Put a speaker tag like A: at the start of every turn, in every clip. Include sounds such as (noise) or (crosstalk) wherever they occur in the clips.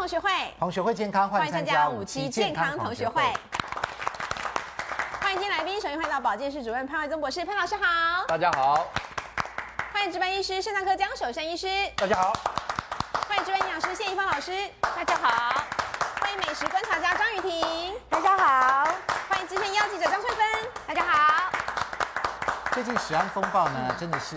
A: 同学会健康，
B: 欢迎参加五期健康同学会。欢迎今天来宾，首先欢迎到保健室主任潘怀宗博士，潘老师好。
C: 大家好，
B: 欢迎值班医师肾脏科江守山医师，
C: 大家好，
B: 欢迎值班营养师谢怡芳老师，
D: 大家好，
B: 欢迎美食观察家张雨婷，
E: 大家好，
B: 欢迎资深医药记者张翠芬，
D: 大家好。
A: 最近食安风暴呢，
B: 嗯
A: 真的是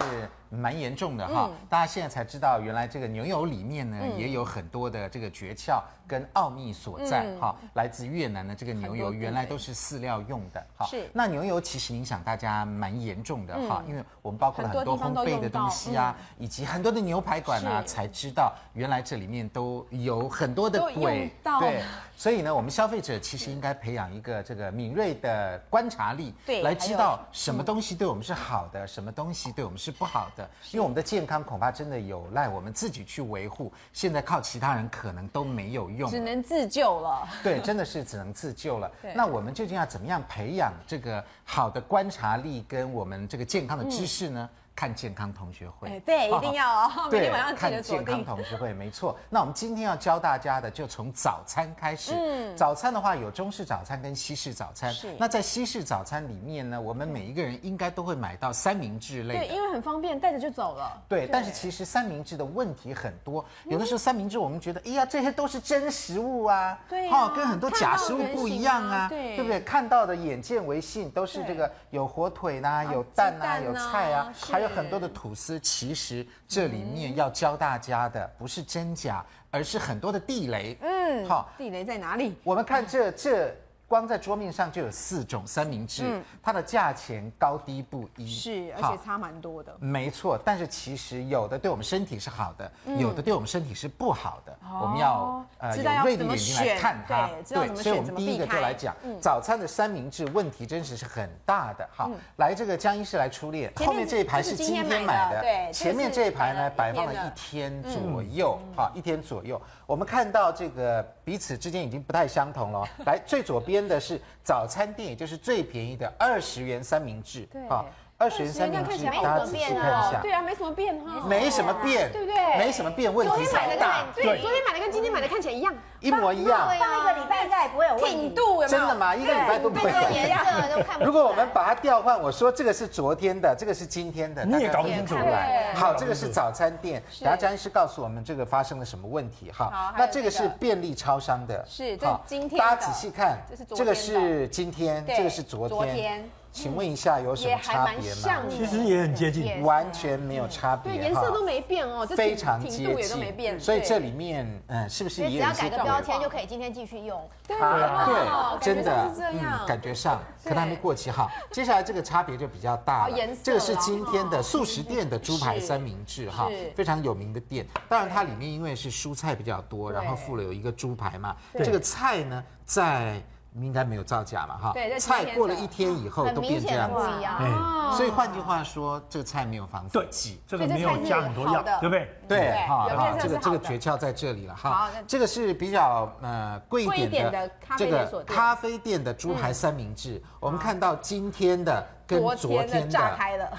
A: 蛮严重的哈。大家现在才知道，原来这个牛油里面呢，
B: 嗯
A: 也有很多的这个诀窍跟奥秘所在
B: 嗯
A: 哈。来自越南的这个牛油，原来都是饲料用的哈。
B: 是嗯
A: 那牛油其实影响大家蛮严重的哈，因为我们包括了很多烘焙的东西啊，以及很多的牛排馆啊，
B: 是
A: 才知道原来这里面都有很多的
B: 都用
A: 鬼。
B: 到
A: 对，所以呢，我们消费者其实应该培养一个这个敏锐的观察力，
B: 对
A: 来知道哦什么东西对我们是好
B: 嗯
A: 的，什么东西对我们是不好的。因为我们的健康恐怕真的有赖我们自己去维护，现在靠其他人可能都没有用了。
B: 只能自救了。
A: 对，真的是只能自救了
B: (laughs) 对。
A: 那我们究竟要怎么样培养这个好的观察力跟我们这个健康的知识呢？看健康同学会，
B: 嗯哎，对，一定要哦，每天晚上记得
A: 哦看
B: 锁
A: 健康
B: 定。
A: 同学会，没错。那我们今天要教大家的就从早餐开始。早餐的话有中式早餐跟西式早餐
B: 嗯是。
A: 那在西式早餐里面呢，我们每一个人应该都会买到三明治类
B: 对，
A: 的。
B: 因为很方便，带着就走了。
A: 对，但是其实三明治的问题很多，
B: 嗯
A: 有的时候三明治我们觉得，哎呀，这些都是真食物啊，
B: 对啊
A: 哈跟很多假食物不一样
B: 看到原型啊
A: 啊，
B: 对嗯
A: 对不对？看到的眼见为信，都是这个有火腿呐、有蛋呐、
B: 鸡蛋啊
A: 有菜啊，
B: 是
A: 还有很多的吐司。其实这里面要教大家的不是真假，而是很多的地雷。嗯，好，
B: 地雷在哪里？
A: 我们看这这。光在桌面上就有四种三明治，它的价钱高低不一，
B: 嗯是，而
A: 好
B: 且差蛮多的。
A: 没错，但是其实有的对我们身体是好的，有的对我们身体是不好的。我们要呃
B: 嗯哦知
A: 有
B: 道要
A: 锐利
B: 怎
A: 的
B: 么
A: 眼睛来
B: 选
A: 看它。
B: 对知道怎么
A: 所以
B: 选
A: 我
B: 怎
A: 们
B: 么
A: 第
B: 避
A: 一个就
B: 开嗯
A: 来讲，早餐的三明治问题真是是很大的哈。来，这个江医师来出列，
B: 前面
A: 后面这一排
B: 这是
A: 是
B: 今
A: 今
B: 天买
A: 天
B: 的
A: 买的，
B: 对
A: 前面
B: 这
A: 这
B: 是
A: 一排呢
B: 买了
A: 摆
B: 一
A: 放了
B: 天的嗯
A: 一天左右，哈，一天左右。我们看到这个彼此之间已经不太相
B: (laughs)
A: 同了。哦来，最左边的是早餐店，也就是最便宜的二十元三明治，
B: 对
A: 哈二十元三明
B: 看起
A: 治，
B: 来没
A: 大
B: 怎
A: 家仔
B: 么
A: 细看
B: 变
A: 一
B: 哦
A: 下，
B: 对，啊，没什么变哈，
A: 没什么变，
B: 对不对
A: 没什么变，问题才大，
B: 对，昨天买的跟今天买的看起来一样，
A: 一模一样。
E: 放一个礼拜应该也不会有问题。
B: 挺度有没有？
A: 真的？吗？一个礼拜都不
D: 那
A: 会
D: 个
A: 改
D: 颜
A: 变。
D: 色都看不出来。
A: 如果我们把它调换，我说这个是昨天的，这个是今天的，
C: 你也
A: 大家
C: 搞不清楚
A: 看得出来。
B: 对
A: 好，这个是早餐店，然后张医师告诉我们这个发生了什么问题。
B: 好
A: 好，
B: 还有
A: 那这个
B: 这
A: 是
B: 个
A: 便利超商的，
B: 是这是
A: 好
B: 今天的
A: 大家仔细看
B: 这是，昨
A: 这
B: 天的
A: 个是今天，
B: 对
A: 这个是昨
B: 昨天
A: 天。请问一下有什
B: 也
A: 么
B: 还
A: 差
B: 蛮
A: 别
B: 像
A: 吗？
B: 的，
C: 其实也很接近。
A: 完全没有差别， (laughs)
B: 对，颜
A: 哈
B: 色都没变哦，这
A: 非
B: 挺
A: 常
B: 挺
A: 接
B: 度也都没
A: 近，
B: 变，
A: 所以
B: 对
A: 这里面，嗯，是不是
D: 所以
A: 也
D: 只
A: 有
D: 要
A: 一些
D: 改个
A: 鬼
D: 标签就可以今天继续用。
B: 对
A: 啊，
B: 哦
A: 对，
B: 感觉
A: 真
B: 上
A: 的嗯
B: 是这样，
A: 感觉上，可它还没过期哈。接下来这个差别就比较大
B: 哦
A: 了
B: 颜色，
A: 这个是
B: 了
A: 今天的素食店的猪排
B: 是
A: 三明治哈
B: 是，
A: 非常有名的店。当然它里面因为是蔬菜比较多，然后附了有一个猪排嘛，这个菜呢在。应该没有造假嘛哈
B: 对在，今
A: 菜
B: 天
A: 过了
B: 的
A: 一天以后
D: 很
A: 都
D: 明
A: 变这
D: 显的
A: 样
D: 不
A: 子，
D: 一样。
C: 哎，
B: 哦
A: 所以换句话说，这个菜没有防腐
C: 对
A: 剂。，
C: 这个没有加很多
B: 所以这才是好
C: 药
B: 的，
C: 对不对？
A: 对
B: 对，
A: 哈
B: 有
A: 哈
B: 变色是
A: 这个
B: 好
A: 这
B: 的
A: 个诀窍在这里了
B: 好
A: 哈
B: 那。
A: 这个是比较呃贵
B: 贵一
A: 一
B: 点
A: 点
B: 的
A: 的
B: 咖啡
A: 这
B: 连
A: 个
B: 锁店嗯
A: 咖啡店的猪排三明治，我们看到今天的跟昨
B: 的
A: 天
B: 炸
A: 的
B: 开了，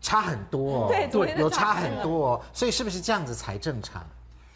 A: 差很多哦，
B: 对昨天的
A: 有
B: 炸
A: 差
B: 开
A: 很多哦，所以是不是这样子才正常？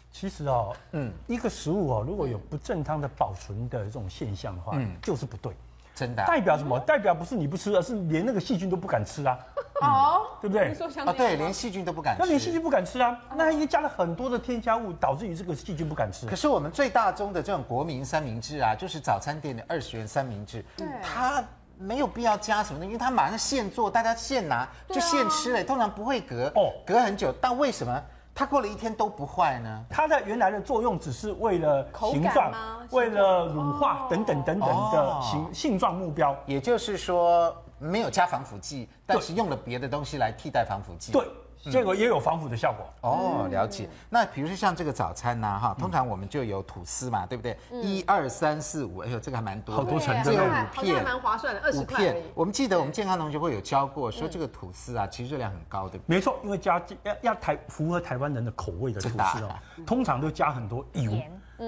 C: 其实哦，嗯，一个食物哦，如果有不正当的保存的这种现象的话，就是不对。
A: 真嗯的啊
C: 代表什么？代表不是你不吃，而是连那个细菌都不敢吃啊，
B: (laughs) 哦，
C: 对不对
B: 你？说像
A: 啊？对，
B: 这样
A: 连
B: 吗
A: 细菌都不敢
C: 那连细
A: 吃。
C: 菌不敢吃啊，那因为加了很多的添加物，导致于这个细菌不敢吃
A: 可。是我们最大宗的这种国民三明治啊，就是早餐店的二十元三明治，它没有必要加什么的，因为它马上现做，大家现拿
B: 啊
A: 就现吃了，通常不会隔
C: 哦
A: 隔很久。但为什么它过了一天都不坏呢？
C: 它的原来的作用只是为了
B: 口
C: 形
B: 感
C: 状
B: 吗、
C: 为了乳化等等等等的
A: 哦
C: 形性状目标。
A: 也就是说没有加防腐剂，但
C: 对
A: 是用了别的东西来替代防腐剂。
C: 对，，
A: 嗯
C: 结果也有防腐的效果。
A: 哦，了
B: 嗯
A: 解。那比如说像这个早餐呢，哈，通常我们就有吐司嘛，对不对？一二三四五，哎呦，这个还蛮多的，
C: 好多层
A: 这
C: 对
A: 有
C: 不
B: 嗯
A: 五
C: 对
B: 好像还
A: 片。
B: 蛮划算的，二
A: 五
B: 十块
A: 片
B: 而已，。
A: 我们记得我们健康同学会有教过，说这个吐司啊，其实热量很高，对不对？
C: 没错，因为加要要台符合台湾人的口味的吐
A: 真的
C: 司哦
A: 啊，
C: 通常都加很多油、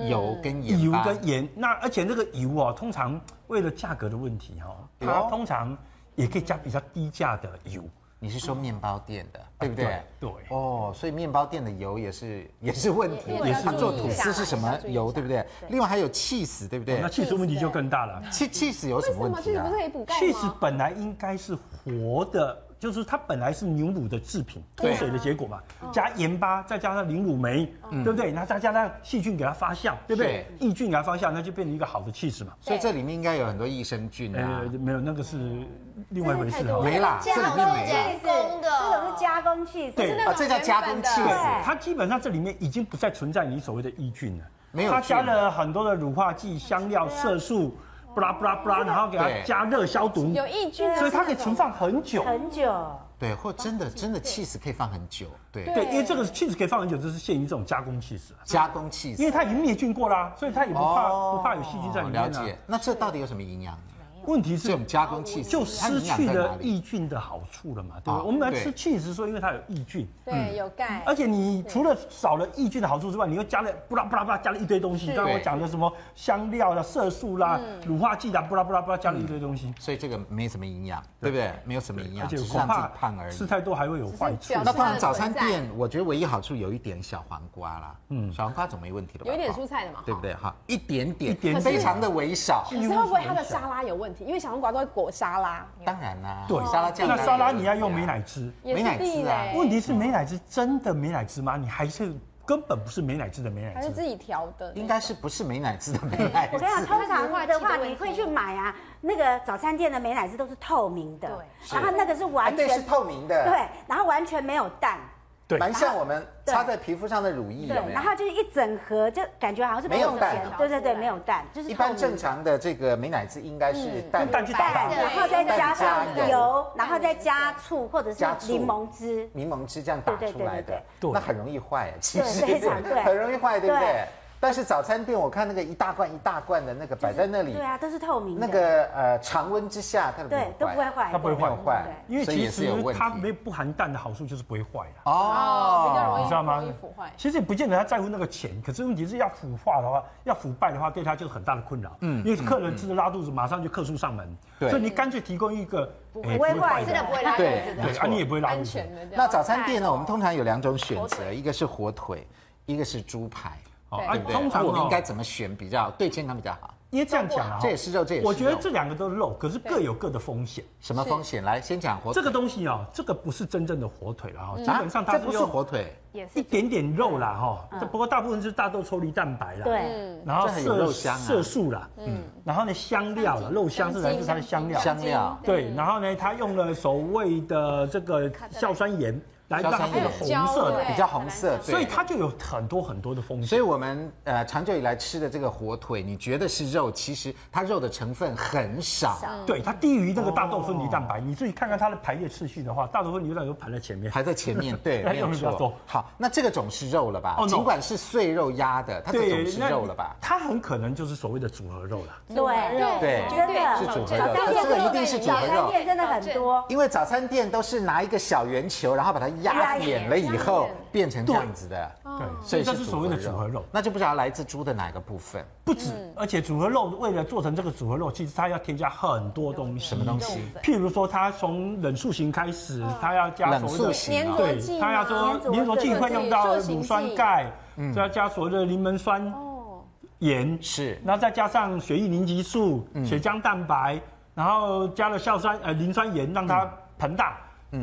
A: 油跟盐
C: 油
A: 吧
C: 跟盐。那而且那个油哦，通常为了价格的问题哈、哦，
A: 哎
C: 它
A: 呦
C: 通常也可以加比较低价的油。
A: 你是说面包店的，对不对
C: 对？对
A: 哦，所以面包店的油也是 (laughs) 也是问题啊
D: 也也，是
A: 它做
D: 要注
A: 吐
D: 意一下
A: 司是什么
D: 也是要注意一下
A: 油，对不对？另外还有 cheese，对不对
C: 哦那？气死问题就更大了。
A: 气 cheese 有什么问题
B: 这个
A: 啊
B: 不是？可以补钙
C: 气死
B: 吗？
C: 本来应该是活的，就是它本来是牛乳的制品脱
A: 对啊嗯
C: 水的结果嘛，加盐巴，再加上磷乳酶，对不对？然后再加上细菌给它发酵，对不对？抑菌给它发酵，那就变成一个好的气死嘛。
A: 所以这里面应该有很多益生菌啊
C: 呃，。没有，那个是另外一回事
D: 这是太多
C: 哦。
A: 没啦，这
D: 加
A: 里面
D: 工
A: 没
D: 加
A: 啦。
E: 气
D: 工的
E: 这种是加工气
C: 对
E: 对，
A: 啊，这叫加工气
B: 原
A: 死
E: 本的。对
C: 它基本上这里面已经不再存在你所谓的抑菌了，
A: 没有
C: 它加
A: 菌了
C: 了很多的乳化剂、香料、色素，布拉布拉布拉，然后给它
A: 对
C: 加热消毒，
B: 有抑菌啊，
C: 所以它可以存放很久。
E: 很久。
A: 对，或真的真的 cheese 可以放很久，对，
C: 对，因为这个 cheese 可以放很久，这是限于这种加工 cheese，
A: 加工 cheese，
C: 因为它已经灭菌过啦，所以它也不怕不怕有细菌在里面
A: 哦了
C: 啊
A: 解，那这到底有什么营养呢？
C: 问题
A: 这
C: 是
A: 种加工 cheese
C: 就
A: 它
C: 失
A: 营养
C: 去
A: 在哪
C: 了
A: 里
C: 抑菌的好处了嘛，对不
A: 啊
C: 对？我们来吃
A: 对
C: cheese 是说因为它有抑菌，
B: 对，有钙。
C: 而且你除了少了抑菌的好处之外，你又加了布拉布拉布拉加了一堆东西，刚刚我
A: 对
C: 讲的什么香料啦、色素啦、
A: 嗯
C: 乳化剂啦，布拉布拉布拉加了一堆东西，
A: 所以这个没什么营养，对不对？没有什么营
C: 而
A: 养，
C: 且
A: 只是
C: 恐
A: 让自
C: 怕
A: 己胖而已
C: 吃。太多还会有坏
B: 只是。
C: 处
B: 表
A: 那
B: 示
A: 当然，早餐店我觉得唯一好处有一点小黄瓜啦，嗯，小黄瓜总没问题的吧？
B: 有一点
A: 哈
B: 蔬菜的嘛
A: 对不对？哈，一点点，
C: 一点点
A: 非常的微少。
B: 可是会不会它的沙拉有问题？因为小黄瓜都会裹沙拉，
A: 当然啦，
C: 对
A: 沙拉酱
C: 那
A: 当然
C: 沙拉
A: 有
C: 你要用
A: 问
C: 美
A: 题啊
C: 乃滋，
B: 也
A: 没
B: 是
A: 奶
B: 地
A: 吃啊
B: 雷，
C: 问题是美乃滋真的美乃滋吗？你还是根本不是美乃滋的美乃
B: 还是自
C: 滋。
B: 己调的。
A: 应该是不是美乃滋的美乃
E: 我
A: 滋
E: 跟你？讲，通
D: 它乳化
E: 常
D: 剂
E: 的
D: 的
E: 话，
D: 问题
E: 你会去买啊，那个早餐店的美乃滋都是透明的，
D: 对
E: 然后那个是
A: 啊
E: 完
A: 对，是
E: 全
A: 透明的，
E: 对，然后完全没有蛋，
C: 对
A: 蛮像我们
E: 对
A: 擦在皮肤上的乳液，
E: 对
A: 有没，有
E: 然？后就是一整盒，就感觉好像是
A: 没有蛋
E: 保鲜的对对对，没有蛋，就是
A: 一
E: 透
A: 般
E: 明
A: 正常的这个美乃滋应该是蛋
C: 用蛋去打
E: 蛋，
C: 蛋，
E: 然后再加上
A: 加油
E: 油，然后再加醋或者是
A: 加醋
E: 柠檬汁，
A: 柠檬汁这样打
E: 对对
A: 出来的
E: 对，
C: 对对
A: 那很容易坏，其实
E: 对
A: (laughs)
E: 非常对
A: 很容易坏，对不对
E: 对？
A: 但是早餐店我看那个一大罐一大罐的那个摆在那里
E: 对，啊，都是透明的，
A: 那个呃常温之下它都
E: 对都不会坏，
C: 它不会
A: 没有坏
E: 对，
C: 因为
A: 所以
C: 其
A: 也是
C: 实
A: 有问
C: 它没
A: 题。
C: 不含蛋的好处就是不会坏啊啦。
B: 哦，比较容易
C: 你知道吗
B: 容易腐坏？
C: 其实也不见得他在乎那个钱，可是问题是要腐化的话，要腐败的话，对他就是很大的困扰。嗯，因为客人吃的拉肚子，马上就客诉上门。
A: 嗯对
C: 所以你干脆提供一个哎不
E: 不会坏
D: 吃的不会拉肚
A: 对
D: 子的。
C: 对啊，你也不会拉肚
B: 安
C: 子。
B: 全的这
A: 那
B: 样。啊
A: 早餐店呢，我们通常有两种选
D: 火
A: 择，
D: 腿
A: 一个是火腿，一个是猪排，
C: 哦
B: 对
C: 啊，
A: 对不对？
C: 通
A: 那
C: 常
A: 我们应该
C: 哦，
A: 怎么选比较对健康比较好？
C: 因为这样讲啊
A: 这，也是肉，这也是肉。
C: 我觉得这两个都是肉，可是各有各的风险。
A: 什么风险？来，先讲火
C: 这
A: 腿。
C: 个东西啊，这个不是真正的火腿了哈，基
A: 啊
C: 本上它
A: 这
C: 是
A: 不是
C: 用
A: 火腿，
D: 也
C: 一
D: 是
C: 点点肉啦，哈、这不过大部分是大豆抽离蛋白啦，
E: 对，
C: 然后
A: 这很有肉
C: 色
A: 香啊
C: 色素啦，嗯，然后呢香料啦，肉香是来自它的香料，
A: 香料
C: 对，然后呢它用了所谓的这个硝酸盐来让它变得红色的
B: 对，
A: 比较红色，对
C: 所以它就有很多很多的风
A: 所
C: 险
A: 以，。我们呃长久以来吃的这个火腿，你觉得是肉，其实它肉的成分很少，
C: 对它低于那
A: 哦
C: 个大豆分离蛋白，你自己看看它的排列次序的话，大豆分离蛋白都排在前面。
A: 排在前面，
C: (laughs)
A: 对，
C: 它
A: 没有
C: 哎用的比较
A: 错
C: 多。
A: 好，那这个种是肉了吧
C: 哦？no
A: 尽管是碎肉压的，它这种是肉了吧？
C: 它很可能就是所谓的组合肉啦。
E: 对
A: 对
E: 真的
A: 是组合
E: 早
A: 肉，
E: 餐
A: 这
E: 店
A: 个一定是组
E: 早
A: 合
E: 餐
A: 肉。
E: 店真的很多，
A: 因为早餐店都是拿一个小圆球，然后把它压
E: 压
A: 扁
E: 扁
A: 了以后
D: 压扁
A: 变成这样子的，
C: 对，所以这是所谓的组合肉。
A: 那就不知道来自猪的哪个部分。
C: 不止，而且组合肉为了做成这个组合肉，其实它要添加很多东西。什么
A: 东西？
C: 譬如说，它从冷塑形开始，它要加
A: 冷
C: 所
A: 塑
C: 谓
A: 形
B: 粘
A: 粘着
C: 的
B: 着
C: 对，
B: 剂，
C: 它要说粘着剂会用到乳酸钙，再加所谓的柠檬酸盐，
A: 是
C: 然后再加上血液凝集素、血浆蛋白，然后加了硝酸呃磷酸盐让它膨大，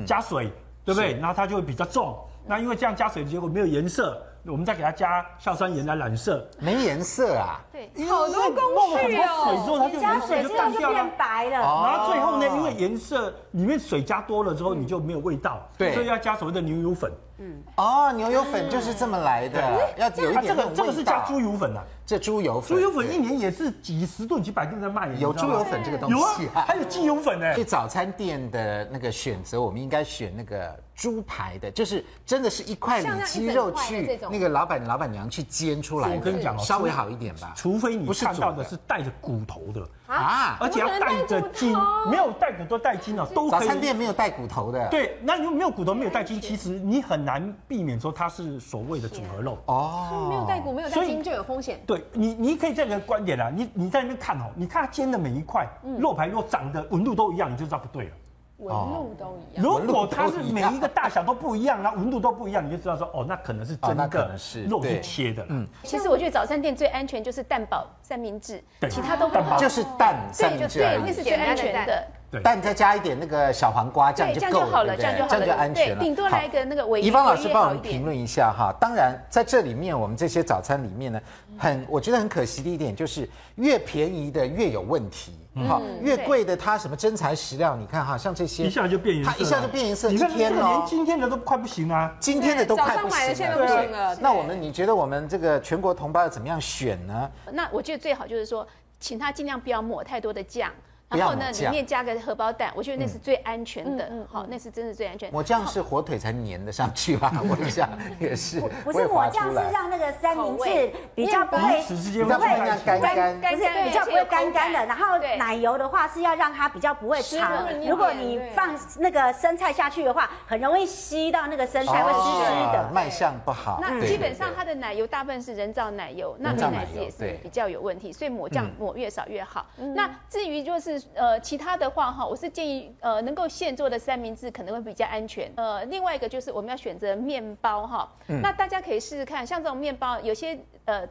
C: 加水，对不对？然后它就会比较重。那因为这样加水的结果没有颜色，我们再给它加硝酸盐来染色，
A: 没颜色啊，
C: 好多工
B: 哦
C: 序哦水之后，它就
E: 加
C: 颜
E: 水
C: 色
E: 之
C: 就
E: 后
C: 淡
E: 就
C: 掉了
E: 变。白
A: 哦
E: 了，
C: 然后最后呢，因为颜色里面水加多了之后，你就没有味道，
A: 啊对
C: 所以要加所谓的牛油粉。
A: 哦，牛油粉就是这么来的，要有一
C: 啊，这
A: 点那
C: 个
A: 种
C: 这个
A: 味
C: 是
A: 道
C: 加猪油粉啊，
A: 这猪油粉，
C: 猪油粉一
A: 对
C: 年也是几十吨、几百吨在卖，你知道
A: 有
C: 吗
A: 猪油粉这个东
C: 有
A: 西
C: 啊，
A: 啊
C: 还。有鸡油粉呢
A: 所以。早餐店的那个选择，我们应该选那个猪排的，就是真的是一块里脊肉
D: 像那
A: 去
D: 一整块的这种
A: 那个老板老板娘去煎出来的。
C: 我跟你讲哦
A: 稍微好一点吧。
C: 除非你
A: 不是
C: 看到
A: 煮的
C: 的是带着骨头的，
A: 啊，
C: 而且要带着筋，
B: 哦
C: 没有带骨头带筋哦，都
A: 早
C: 可
A: 餐
C: 以。
A: 店没有带骨头的。
C: 对，那你没有骨头没有带筋，其实你很难避免说它是所谓的组合肉。
A: 哦，
B: 没有带骨，没有带
C: 所以
B: 筋就有风险。
C: 对你，你可以这个观点
D: 嗯
C: 啊，你你在那边看哦，你看它煎的每一块肉排，如果长得纹路都一样，你就知道不对了。
B: 纹路都一样。
C: 如
A: 纹路
C: 果它
A: 都
C: 是
A: 一
C: 每
A: 样
C: 一个大小都不一样， (laughs) 然后纹路都不一样，你就知道说，哦，那可能是
A: 哦
C: 真
A: 那可
C: 的
A: 能是
C: 肉
A: 对
C: 是切的啦。
A: 嗯
B: 哦
D: 其实我觉得早餐店最安全就是蛋堡三明治，
C: 对
D: 其他都不
C: 蛋堡
D: 好。
A: 就是蛋三
D: 对，
A: 明
D: 就
A: 治
D: 对
A: 而，
D: 那
A: 已，
D: 是最安全简单的的
C: 对
D: 蛋。
A: 蛋再加一点那个小黄瓜，这样就
D: 对，这样
A: 够
D: 就
A: 了，
D: 好
A: 对
D: 了，
A: 不
D: 这
A: 对
D: 样就好了。
A: 这样就安全了。
D: 对，顶多
A: 好
D: 来一个那个尾鱼，
A: 怡芳老
D: 尾
A: 师
D: 鱼
A: 帮我
D: 好
A: 们
D: 一点
A: 评论一下哈。当然，在这里面我们这些早餐里面呢，很我觉得很可惜的一点就是，越便宜的越有问题，
C: 嗯
A: 好、越贵的它什么真材实料，你看哈，像这些
C: 一下就变颜色了，
A: 它一下就变颜色，一
C: 你看这
A: 天
C: 个
A: 哦
C: 连。今天的都快不行啊。
A: 今天的都快不
B: 早上买的
A: 行
B: 现在都
A: 了，
B: 不
A: 对
B: 行了
A: 对那
B: 对
A: 我们你觉得我们这个全国同胞要怎么样选呢？
D: 那我觉得最好就是说，请他尽量不要抹太多的酱，
A: 不
D: 然
A: 要
D: 后
A: 抹
D: 呢，里
A: 酱嗯
D: 面加个荷包蛋，我觉得那是最安全
E: 嗯
D: 的。好，那是真的最安全。
A: 抹酱是火腿才粘得上去吧？我想也是，
E: 不
A: 会
E: 是
A: 滑
E: 抹酱，
A: 出
E: 是
A: 来
E: 让那个三明
D: 口
E: 治
D: 味
E: 比较不会
C: 彼此之间
A: 比较不
C: 会
A: 会那样干干。
E: 不是
D: 对
E: 比较不会干干的，
D: 而且有口感
E: 然后
D: 对
E: 奶油的话是要让它比较不会
B: 湿
E: 长
B: 润一。点
E: 如果你放那个生菜下去的话，很容易吸到那个生菜会湿湿
A: 哦
E: 的。
A: 卖相不好。
D: 那
A: 对
D: 基本上
A: 对
D: 它的奶油大部分是人造奶油，那
A: 人
D: 美
A: 造奶
D: 乃
A: 油
D: 滋也是
A: 对
D: 比较有问题，所以抹酱
A: 嗯
D: 抹越少越好。
B: 嗯
D: 那至于就是呃其他的话哈，我是建议呃能够现做的三明治可能会比较安全。呃，另外一个就是我们要选择面包哈，
A: 嗯
D: 那大家可以试试看，像这种面包有些呃。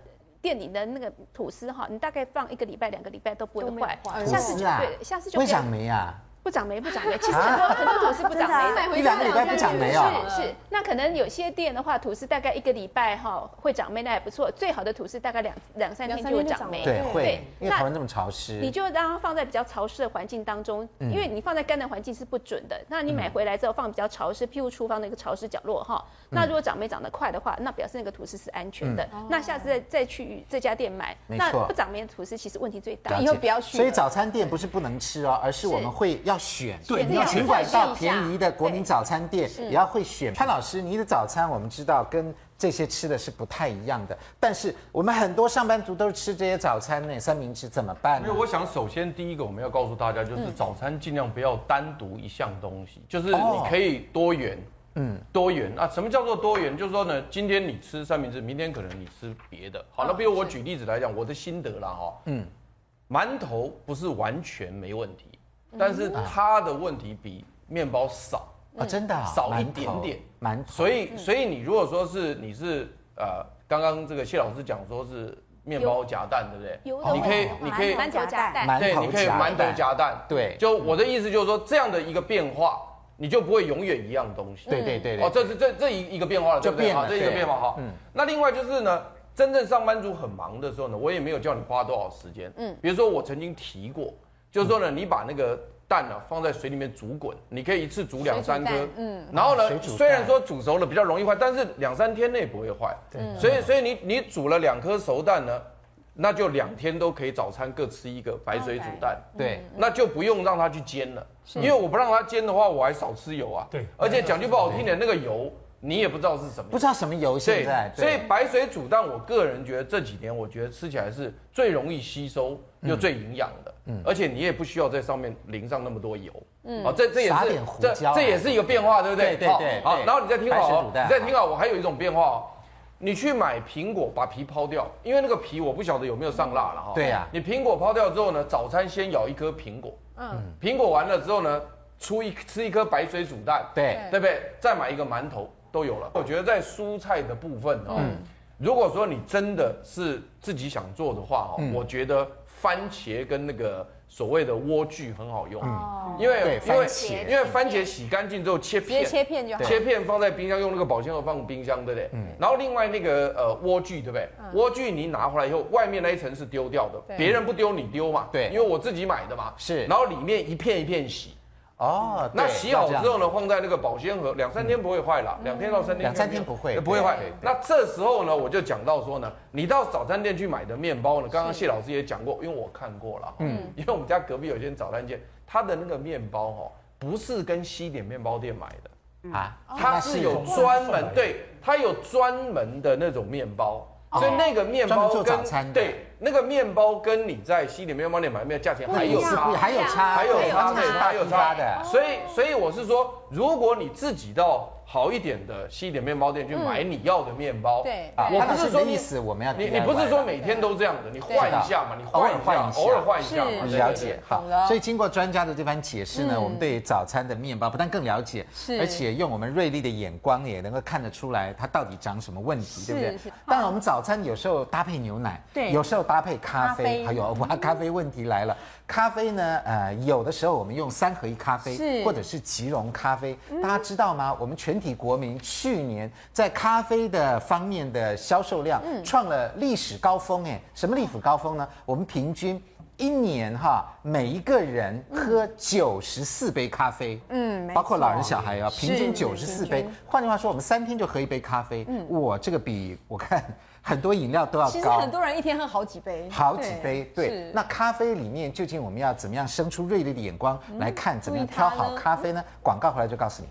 D: 店里的那个吐司哈，你大概放一个礼拜、两个礼拜都不
B: 都
D: 会
B: 没有
D: 坏
B: 坏，
D: 呃下次
A: 吐
D: 就
A: 司啊
D: 对，下次就不
A: 为
D: 要
A: 什么呀？
D: 不长霉，不长
A: (laughs)
D: 霉。其实很
A: 啊
D: 多很多吐司不长霉
E: 真的啊
D: 的，
B: 买回家
A: 一两个礼拜不长霉啊
D: 是是，那可能有些店的话，吐司大概一个礼拜哈会长霉，那还不错。最好的吐司大概两两三天就会长
B: 两三天就长霉
D: 霉。
A: 对，
B: 对
A: 会，因为
D: 那
A: 台湾这么潮湿，
D: 你就让它放在比较潮湿的环境当中，
A: 嗯
D: 因为你放在干的环境是不准的。那你买回来之后放比较潮湿，譬如厨房的一个潮湿角落哈。
A: 嗯
D: 那如果长霉长得快的话，那表示那个吐司是安全的。那下次再再去这家店买，
A: 没
D: 那
A: 错
D: 不长霉的吐司其实问题最
A: 了
D: 大
A: 解。
B: 以后不要去了
A: 所以早餐店不是不能吃哦，而是我们会要选。
C: 对
A: 你
C: 要
A: 尽
C: 选
A: 管到
B: 试一下
A: 便宜的国民早餐店，也要会选。潘老师，你的早餐我们知道跟这些吃的是不太一样的，但是我们很多上班族都是吃这些早餐呢，三明治怎么办
F: 因
A: 呢
F: 为？我想，首先第一个我们要告诉大家，就是早餐尽量不要单独一项东西，就是你可以多元，嗯，多元啊。什么叫做多元？就是说呢，今天你吃三明治，明天可能你吃别的。好，那比如我举例子来讲，我的心得啦哈，嗯，馒头不是完全没问题，但是它的问题比面包少，
A: 啊，真的啊
F: 少一
A: 馒头
F: 点点
A: 馒头，
F: 所以所以你如果说是你是呃，刚刚这个谢老师讲说是面包夹蛋，对不对？
D: 油的
F: 你可以
D: 话
F: 你可以
D: 馒头夹蛋。
A: 馒
F: 对，
A: 头
F: 你可以
A: 夹
F: 馒头
A: 蛋
F: 夹蛋。
A: 对
F: 就我的意思就是说，这样的一个变化，你就不会永远一样东西。
A: 嗯对对对对
F: 哦，这是这这一一个变化了，
A: 就
F: 对不对？
A: 变了
F: 好这一个
A: 对嗯
F: 变化哈。那另外就是呢，真正上班族很忙的时候呢，我也没有叫你花多少时间。嗯，比如说我曾经提过，就是说呢，你把那个。蛋呢、放在水里面煮滚，你可以一次煮两三颗，嗯，然后
A: 水
F: 呢，
A: 煮蛋
F: 虽然说煮熟了比较容易坏，但是两三天内不会坏，对，所以所以你你煮了两颗熟蛋呢，那就两天都可以早餐各吃一个白水煮蛋，
A: 对，
F: 那就不用让它去煎了，因为我不让它煎的话，我还少吃油啊。
C: 对
F: 而且讲句不好听点，那个油你也不知道是什么
A: 不。知道什么油现
F: 对
A: 在，，
F: 所以白水煮蛋，我个人觉得这几年我觉得吃起来是最容易吸收
A: 嗯
F: 又最营养的，而且你也不需要在上面淋上那么多油，嗯，啊，这这也
A: 撒
F: 是
A: 点胡
F: 这
A: 椒啊
F: 这也是一个变化，对不对？
A: 对对
F: 好
A: 对
F: 好
A: 对，
F: 然后你再听好
A: 白水
F: 哦
A: 煮，蛋
F: 你再听好，我还有一种变化哦。你去买苹果，把皮抛掉，因为那个皮我不晓得有没有上蜡了哈。
A: 对啊呀
F: 你苹果抛掉之后呢，早餐先咬一颗苹果，嗯，苹果完了之后呢，出一吃一颗白水煮蛋，
A: 对
F: 对不对？再买一个馒头都有了。我觉得在蔬菜的部分哦，
A: 嗯
F: 如果说你真的是自己想做的话哦，
A: 嗯
F: 我觉得番茄跟那个所谓的莴苣很好用，
A: 嗯
F: 因为
A: 对
F: 因为
A: 番茄
F: 因为番茄洗干净之后切片，
B: 直接切片就好。
F: 切片放在冰箱，用那个保鲜盒放冰箱，对不对？
A: 嗯
F: 然后另外那个呃莴苣，对不对？莴苣你拿回来以后，外面那一层是丢掉的，
B: 对
F: 别人不丢你丢嘛，
A: 对
F: 因为我自己买的嘛，
A: 是
F: 然后里面一片一片洗，
A: 哦，
F: 那
A: 对
F: 洗好之，
A: 要这样嗯
F: 后呢，放在那个保鲜盒，两三天不会坏啦，两天到三天，
A: 两三天不会
F: 呃不会坏
A: 对对对。
F: 那这时候呢，我就讲到说呢，你到早餐店去买的面包呢，刚刚谢老师也讲过，因为我看过了，嗯，因为我们家隔壁有一间早餐店，它的那个面包哈、不是跟西点面包店买的，
A: 啊，
F: 它
A: 那
F: 是有专门对，它有专门的那种面包，所以那个面
A: 哦专门
F: 包
A: 做早
F: 跟
A: 餐的
F: 对那个面包跟你在西点面包店买的面价钱
A: 那
F: 还
A: 一
F: 有
A: 定是不
F: 差
A: 一，还有差，
F: 还有
A: 对
F: 差
A: 这
F: 对
A: 是
F: 还有
A: 大
F: 差啊
A: 批发的，
F: 所以所以我是说，如果你自己到好一点的西点面包店去买你要的面包，
B: 对
A: 啊
F: 我
A: 他
F: 不
A: 不
F: 是
A: 是
F: 说
A: 的
F: 你
A: 意思，我们要
F: 你
A: DIY
F: 你不是说
A: 啦
F: 每天都这样的，你换一下嘛，你换一下，
A: 偶
F: 偶
A: 尔
F: 尔
A: 换
F: 换
A: 一
F: 一
A: 下
F: 下嘛，
B: 是
F: 对
A: 了解，
B: 懂了
A: 所以经过专家的这番解释呢，
F: 嗯
A: 我们对早餐的面包不但更了解，
B: 是
A: 而且用我们锐利的眼光也能够看得出来它到底长什么问题，对不
B: 是
A: 对
B: 是？
A: 当
F: 嗯
A: 然，我们早餐有时候搭配牛奶，
B: 对
A: 有时候搭配咖啡，
B: 咖啡
A: 还有 (laughs) 哇，咖啡问题来了。咖啡呢，呃，有的时候我们用三合一咖啡，
B: 是嗯
A: 或者是即溶咖啡，大家知道吗？我们全体国民去年在咖啡的方面的销售量
B: 嗯
A: 创了历史高峰，哎，什么历史高峰呢？我们平均。一年哈，每一个人喝九十四杯咖啡，
B: 嗯
A: 嗯
B: 没，
A: 包括老人小孩啊，
B: 是
A: 平均九
B: 平
A: 十
B: 均嗯
A: 四杯。换句话说，我们三天就喝一杯咖啡，我这个比我看很多饮料都要高。
B: 其实很多人一天喝好几杯，
A: 好几杯，对
B: 是。
A: 那咖啡里面究竟我们要怎么样生出锐利的眼光来看，怎么样
B: 注意它
A: 挑好
B: 呢
A: 咖啡呢？广告回来就告诉你。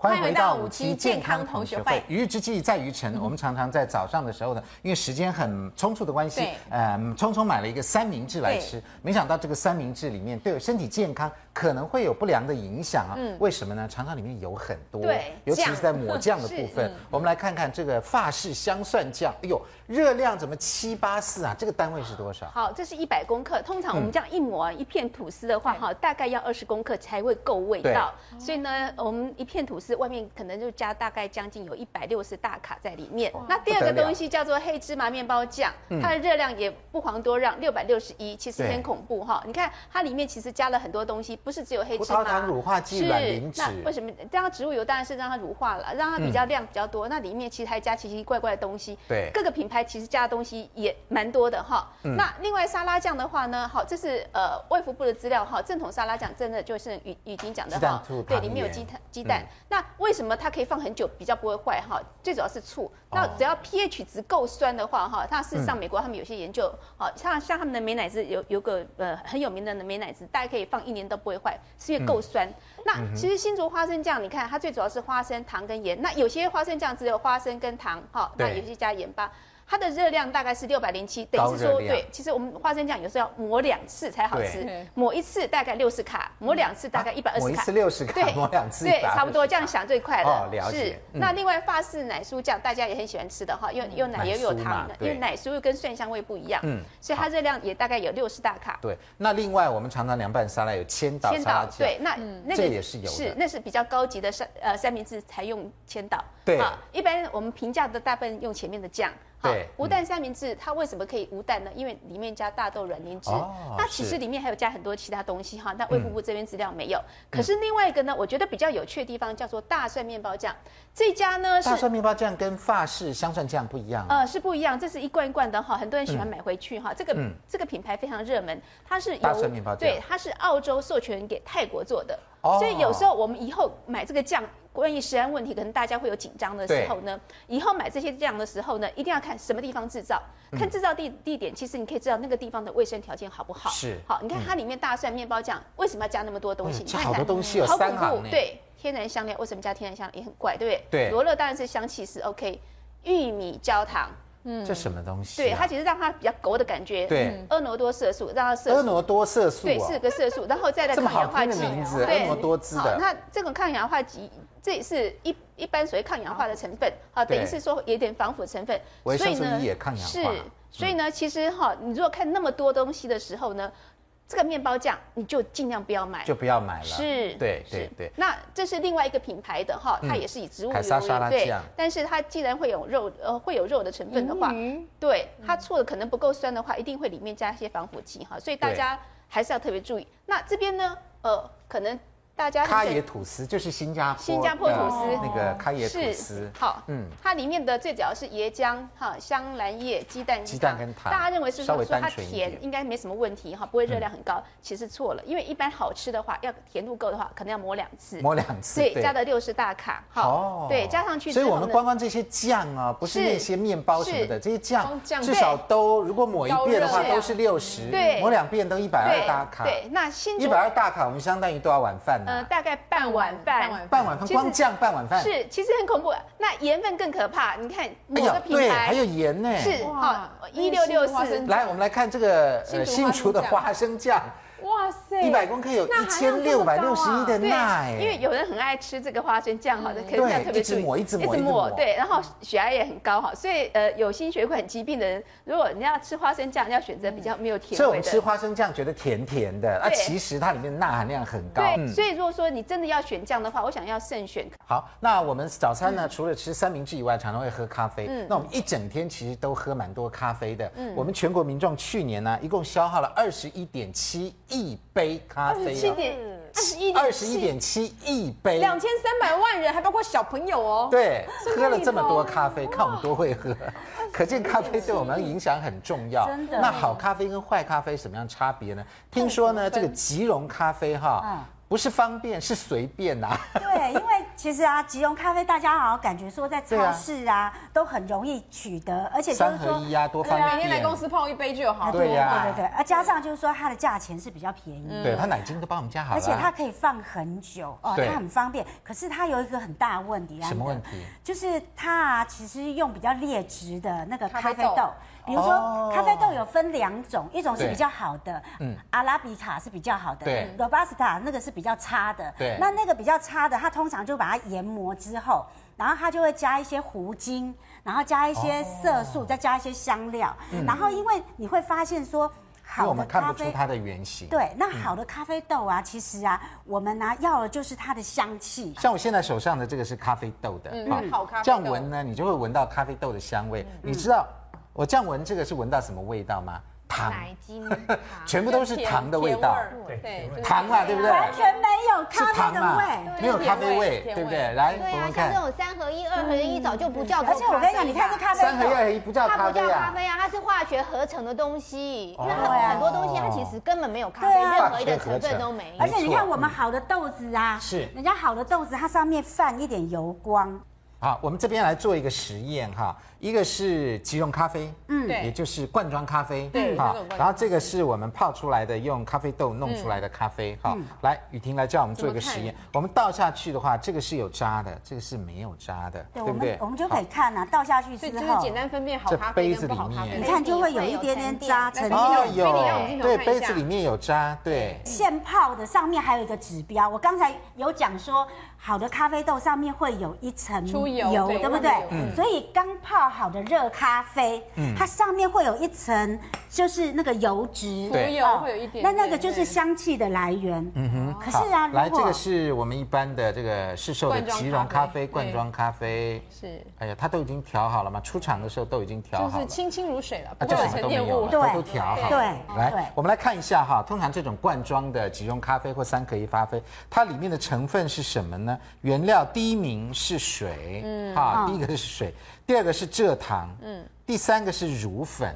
A: 欢迎回到五期健康同学会。嗯一日之计在于晨，我们常常在早上的时候呢，因为时间很匆促的关系
B: 对，
A: 呃，匆匆买了一个三明治来
B: 对
A: 吃，没想到这个三明治里面对我身体健康可能会有不良的影响啊。为什么呢？常常里面有很多，
D: 嗯对嗯
A: 尤其是
B: 酱
A: 在抹酱
D: (laughs)
A: 的部分。我们来看看这个法式香蒜酱，哎呦，热量怎么七八四啊？这个单位是多少？嗯
D: 好，这是一百公克。通常我们这样一抹、啊一片吐司的话，哈，大概要二十公克才会够味道。所以呢，我们一片吐司外面可能就加大概将近有一百六十大卡在里面。那第二个
A: 不得了
D: 东西叫做黑芝麻面包酱，它的热量也不遑多让，六百六十一，其实
A: 嗯对
D: 很恐怖哈。你看它里面其实加了很多东西，不是只有黑
A: 葡
D: 芝
A: 萄
D: 麻、
A: 糖、乳化剂、
D: 是，
A: 卵磷脂
D: 那。为什么让它植物油当然是让它乳化了，让它比较量比较多？那里面其实还加奇奇怪怪的东西。
A: 对
D: 各个品牌其实加的东西也蛮多的哈。那另外沙拉酱的话呢，好，这是呃卫福部的资料哈，正统沙拉酱真的就是雨雨婷讲的
A: 鸡蛋
D: 哈
A: 醋，
D: 对，
A: 糖
D: 里面有
A: 盐
D: 鸡蛋鸡蛋。
A: 嗯
D: 那为什么它可以放很久比较不会坏哈？最主要是醋。
A: 哦
D: 那只要 pH 值够酸的话哈，它事实
A: 嗯
D: 上美国他们有些研究，好像像他们的美乃滋有有个呃很有名的美乃滋，大概可以放一年都不会坏，是因为
A: 嗯
D: 够酸。那其实新竹花生酱，你看它最主要是花生糖跟盐，那有些花生酱只有花生跟糖哈，那
A: 对
D: 有些加盐巴。它的热量大概是六百零七，等于是
A: 高
D: 说
A: 热量
D: 对，其实我们花生酱有时候要磨两次才好
A: 对嗯啊
D: 吃
B: 对，
D: 磨一次大概六十卡，磨两次大概一百二
A: 抹
D: 十
A: 一
D: 卡
A: 次。六十卡，
D: 对，
A: 抹两次
D: 对，
A: 120
D: 差不多这样想最快
A: 哦
D: 了。
A: 了解
D: 是、
A: 嗯
D: 那另外法式奶酥酱大家也很喜欢吃的哈，又又奶也有
A: 奶酥嘛
D: 糖的，因为
A: 对
D: 奶酥又跟蒜香味不一样，嗯，所以它热量也大概有六十大卡。
A: 对，那另外我们常常凉拌沙拉有千岛
D: 千
A: 沙拉
D: 岛
A: 酱，
D: 对，那那
A: 这
D: 个
A: 个也是有的
D: 是那是比较高级的三呃三明治才用千岛。
A: 对
D: 啊，一般我们平价的大部分用前面的酱。好
A: 对嗯
D: 无蛋三明治它为什么可以无蛋呢？因为里面加大豆软磷脂
A: 哦，
D: 那其实
A: 是嗯
D: 里面还有加很多其他东西哈。那卫福部这边资料没有，可是另外一个呢，我觉得比较有趣的地方叫做大蒜面包酱，这家呢是
A: 大蒜面包酱跟法式香蒜酱不一样嗯啊。
D: 呃，是不一样，这是一罐一罐的哈，很多人喜欢买回去哈。这个、这个品牌非常热门，它是
A: 嗯大
D: 由
A: 蒜面包酱
D: 对，它是澳洲授权给泰国做的，
A: 哦
D: 所以有时候我们以后买这个酱。关于食安问题，可能大家会有紧张的时候呢，以后买这些酱的时候呢，一定要看什么地方制造，
A: 嗯
D: 看制造地地点，其实你可以知道那个地方的卫生条件好不好。
A: 是
D: 好，你看它里面大蒜面包酱为什么要加那么多东
A: 哎
D: 西？
A: 呦
D: 你
A: 这
D: 看
A: 好多
D: 看
A: 东西哦
D: 好
A: 三
D: 恐
A: 行
D: 怖
A: 呢，
D: 对，哎天然香料为什么加天然香料也很怪，对不对？
A: 对
D: 罗勒当然是香气是 OK，玉米焦糖，
A: 这什么东西啊？
D: 嗯对，它其实让它比较狗的感觉。
A: 对
D: 嗯，婀娜多色素，让它色
A: 婀
D: 素。
A: 娜多色素
D: 对，
A: 哦
D: 四个色素，然后再来
A: 这么
D: 抗
A: 好
D: 氧化
A: 听的
D: 剂，
A: 名字，
D: 对
A: 婀娜多姿
D: 好，
A: 的，
D: 那这种抗氧化剂，这也是一一般所谓抗氧化的成分，好，
A: 对
D: 等于是说有点防腐成分，
A: 维生素 E 也抗氧化嗯
D: 是，所以呢，其实哈，你如果看那么多东西的时候呢，这个面包酱你就尽量不要买，
A: 就不要买了。
D: 是，
A: 对
D: 是
A: 对对。
D: 那这是另外一个品牌的哈，它也是以植物
A: 凯撒沙拉
D: 油对
A: 酱，
D: 但是它既然会有肉呃会有肉的成分的话，对它做的可能不够酸的话，一定会里面加一些防腐剂哈，所以大家还是要特别注意。那这边呢，呃，可能大家
A: 咖椰吐司就是新加坡
D: 新加坡
A: 的
D: 吐司
A: 那个咖椰吐
D: 是
A: 司，
D: 好，
A: 嗯
D: 嗯，它里面的最主要是椰浆哈、香兰叶、鸡蛋、
A: 鸡蛋跟糖
D: 大家认为是
A: 稍
D: 说
A: 微
D: 说它
A: 单纯一点嗯
D: 甜应该没什么问题哈，不会热量很高，其实错了，因为一般好吃的话，要甜度够的话，可能要磨两次，
A: 抹两次，
D: 对，加的六十大卡，好，对，加上去之
A: 哦所以
D: 后
A: 我们
D: 呢
A: 光光这些酱啊，不是
D: 是
A: 那些面包什么的，
D: 是
A: 这些酱
B: 光酱
A: 至少都如果抹一遍的话
B: 高热量
A: 都是六十，
D: 对
A: 抹两遍都一百
D: 对
A: 二大卡，
D: 对，那新
A: 一
D: 竹
A: 百二大卡我们相当于多少碗饭呢？
D: 呃，
A: 啊？
D: 大概半碗
B: 半
D: 饭
B: 碗。
A: 半碗饭，
D: 其实
A: 光酱半碗饭，
D: 是，其实很恐怖。那盐分更可怕，你看
A: 哎
D: 某个
A: 呀，
D: 品
A: 对，
D: 牌
A: 还有盐呢。
D: 是
B: 哇
D: 好
B: 那
D: 一
B: 个新
D: 六
B: 竹
D: 六
B: 花生
D: 四
B: 酱，
A: 来，我们来看这个呃
B: 新竹
A: 新竹的花
B: 花
A: 生酱，
B: 哇塞，
A: 一百公克有
B: 那
A: 一
B: 含
A: 千
B: 量这
A: 六
B: 么
A: 百
B: 高
A: 六十一
B: 啊
A: 的
D: 对
A: 钠，，
D: 因为有人很爱吃这个花生酱，好的，可
A: 对
D: 能要特别
A: 一直
D: 注意
A: 抹一直抹一直抹
D: 对，然后血压也很高哈，所以呃，有心血管疾病的人，如果你要吃花生酱，要选择比较没有甜
A: 嗯所以我
D: 味
A: 们
D: 的
A: 吃。花生酱觉得甜甜的，那
D: 对
A: 其实它里面钠含量很高。嗯
D: 对，所以如果说你真的要选酱的话，我想要慎选
A: 好，那我们早餐呢，除了吃三明治以外，常常会喝咖啡。
B: 嗯
A: 那我们一整天其实都喝蛮多咖啡的。我们全国民众去年呢，一共消耗了二十一点七亿杯咖啡、啊
B: 七点二十一点
A: 二十一点七亿杯。
B: 两千三百万人，还包括小朋友哦。
A: 对，
B: 个
A: 喝了这么多
B: 里头
A: 咖啡，看我们多会喝。 (laughs) 可见咖啡对我们影响很重要。
E: 真的
A: 那好咖啡跟坏咖啡什么样差别呢？听说呢，这个即溶咖啡哈
E: 嗯，
A: 不是方便，是随便呐、
E: 对，因为其实啊，吉隆咖啡大家好像感觉说在
A: 对啊
E: 超市啊都很容易取得，而且
A: (laughs)
E: 就
A: 三
E: 是
A: 合
E: 说呃
A: 一呀、多方
B: 啊每
A: 便。
B: 天来公司泡一杯就好。
A: 对呀
E: 对对对，啊，加上就是说它的价钱是比较便宜，
A: 对，它奶精都帮我们加好了。
E: 而且它可以放很久哦，
A: 对
E: 它很方便。可是它有一个很大的问题啊，
A: 什么问题？
E: 就是它啊，其实用比较劣质的那个
B: 咖
E: 咖
B: 啡
E: 啡
B: 豆
E: 豆，比如
A: 哦
E: 说咖啡豆有分两种，一种是
A: 对
E: 比较好的，
A: 嗯
E: 嗯，阿拉比卡是比较好的，
A: 对
E: ，robusta 那个是比较差的，
A: 对
E: 那那个比较差的，它通常就把它研磨之后，然后它就会加一些糊精，然后加一
A: 哦
E: 些色素，再加一些香料，然后因为你会发现说。
A: 嗯因为
E: 好
A: 我
E: 的
A: 们看
E: 咖
A: 不出
E: 啡
A: 它嗯的原型。，
E: 对，那好的咖啡豆啊，其实啊，我们呢、要的就是它的香气。
A: 像我现在手上的这个是咖啡豆的，
B: 嗯好咖啡豆嗯
A: 这样闻呢，你就会闻到咖啡豆的香味。你知道我这样闻这个是闻到什么味道吗？糖，
G: 奶精
A: (laughs) 全部都是糖的味道，
B: 对，对就是
A: 糖啊，对不对？
E: 完全没有
A: 是
E: 咖
A: 糖
E: 啡的
A: 嘛
E: 味，
A: 没有咖啡味，
B: 甜味
A: 对不对？来，
G: 对
A: 我
G: 啊，
A: 们
G: 像这
A: 看
G: 种三合一、二合一早就不叫做
E: 而且我跟你讲，你看这
G: 咖啡
E: 咖
A: 三
E: 啡
A: 合一
E: 豆，
A: 二合一不叫
G: 它
A: 咖
G: 不
A: 啡
G: 叫咖
A: 啊，
G: 啡啊，哦它是化学合成的东西。那
A: 对啊
G: 很很多东西它其实根本没有咖啡，
E: 对啊
G: 任何一个成分都没有
E: 而。且你看我们好的豆子啊，
A: 嗯是
E: 人家好的豆子，它上面泛一点油光，
A: 好，我们这边来做一个实验哈，一个是即溶咖啡，嗯，
B: 对
A: 也就是罐装咖啡，
B: 对
A: 哈
B: 这种罐装
A: 然后这个是我们泡出来的，用咖啡豆弄出来的咖啡，哈。
E: 嗯
A: 来，雨婷来教我们做一个实验，我们倒下去的话，这个是有渣的，这个是没有渣的，
E: 对，
A: 对
E: 我
A: 不对
E: 们？我们就
A: 好
E: 可以看呐，倒下去
B: 所以
E: 之
B: 就是
E: 后
B: 简，单分辨好
A: 这
B: 咖啡
A: 杯子
B: 跟不好
A: 里
B: 咖啡
A: 面
E: 你。看就会有一点点渣沉
B: 哦
E: 淀。
B: 有有
A: 哎对，杯子里面有渣，对，
E: 现泡的上面还有一个指标，我刚才有讲说，好的咖啡豆上面会有一层
B: 出油对
E: 对不
B: 外
E: 对
B: 面有？
A: 嗯
E: 所以刚泡好的热咖啡，它上面会有一层就是那个油脂，哦
A: 对
B: 浮油会有一点点，
E: 那那个就是
B: 对
E: 香气的来源。嗯哼，可
A: 好，
E: 是啊，
A: 来
E: 如
A: 这个
E: 果
A: 是我们一般的这个市售的
B: 罐装
A: 即溶咖
B: 咖啡
A: 啡、
B: 对
A: 罐装咖啡。
B: 是
A: 哎呀，它都已经调好了嘛，出厂的时候都已经调
B: 就
A: 好
B: 是
A: 了。
B: 清清如水了，
A: 啊，
B: 不
A: 就
B: 会
A: 什
B: 有
A: 么
B: 沉
A: 都
B: 淀
A: 没有
B: 物
A: 了，。
E: 对
A: 都都调好了。
E: 对对
A: 来，我们来看一下哈，通常这种罐装的即溶咖啡或三合一咖啡，它里面的成分是什么呢？原料第一名是水，嗯，哈，第一个是水，第二个是蔗糖，嗯，第三个是乳粉。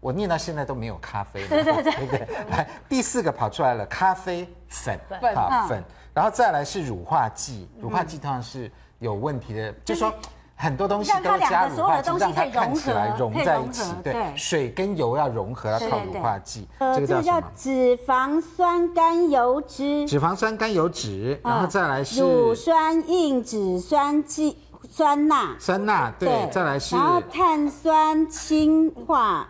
A: 我念到现在都没有咖啡了，对对对对。 (laughs) 来，第四个跑出来了，咖啡粉，
B: 粉
E: 嗯
B: 嗯
A: 啊粉，然后再来是乳化剂，乳化剂通常是有问题的，就是说。很多东西
E: 让它
A: 都
E: 两
A: 加
E: 个
A: 乳
E: 所有
A: 化
E: 的
A: 剂，
E: 东西
A: 让它
E: 可以
A: 看
E: 融
A: 起来
E: 合
A: 融
E: 可以
A: 在一
E: 融
A: 起
E: 合。
A: 对，
E: 对
A: 水跟油要融合，要
E: 对
A: 靠
E: 对
A: 乳
E: 对
A: 化剂。
E: 呃，
A: 这
E: 这
A: 个
E: 个
A: 叫
E: 叫
A: 什么？
E: 脂肪酸甘油脂，
A: 脂肪酸甘油脂，然
E: 啊
A: 后再来是
E: 乳酸硬脂酸基酸钠，
A: 酸钠，对，再来是
E: 然后碳酸氢化。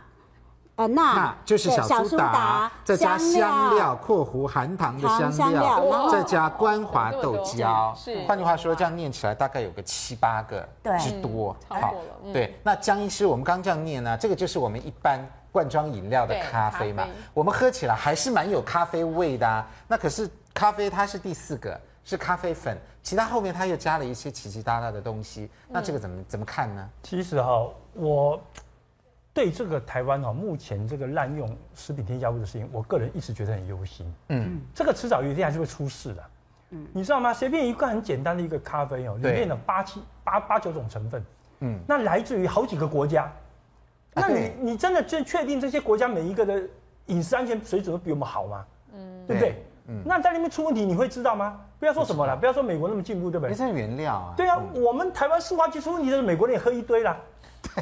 E: 呃，钠
A: 钠，就是
E: 对
A: 小苏打，再加香料（括弧含糖的
E: 糖
A: 香
E: 香料然
A: 料），
E: 后
A: 再加光滑
B: 这么
A: 豆
B: 多
A: 胶。
B: 是
A: 换句话说，这样念起来大概有个七八个
E: 对
A: 之多。
B: 嗯超过了嗯
A: 对。那江医师，我们刚这样念呢，这个就是我们一般罐装饮料的
B: 对
A: 咖啡嘛
B: 咖啡，
A: 我们喝起来还是蛮有咖啡味的啊。那可是咖啡它是第四个，是咖啡粉，其他后面它又加了一些奇奇搭搭的东西，那
B: 嗯
A: 这个怎么怎么看呢？
C: 其实哈、我对这个台湾哈、目前这个滥用食品添加物的事情，我个人一直觉得很忧心。
A: 嗯
C: 嗯，这个迟早有一天还是会出事的。嗯，你知道吗？随便一个很简单的一个咖啡哦，里
A: 对
C: 面有八七八八九种成分，
A: 嗯
C: 嗯，啊那来自于好几个国家。那你、
A: 对
C: 你真的确确定这些国家每一个的饮食安全水准都比我们好吗？嗯，对不
A: 对
C: 对？嗯，那在那边出问题你会知道吗？不要说什么了，不要说美国那么进步，对不
A: 因为？
C: 对
A: 这是原料啊。
C: 对啊，我们台湾塑化技出问题，就是美国人也喝一堆啦。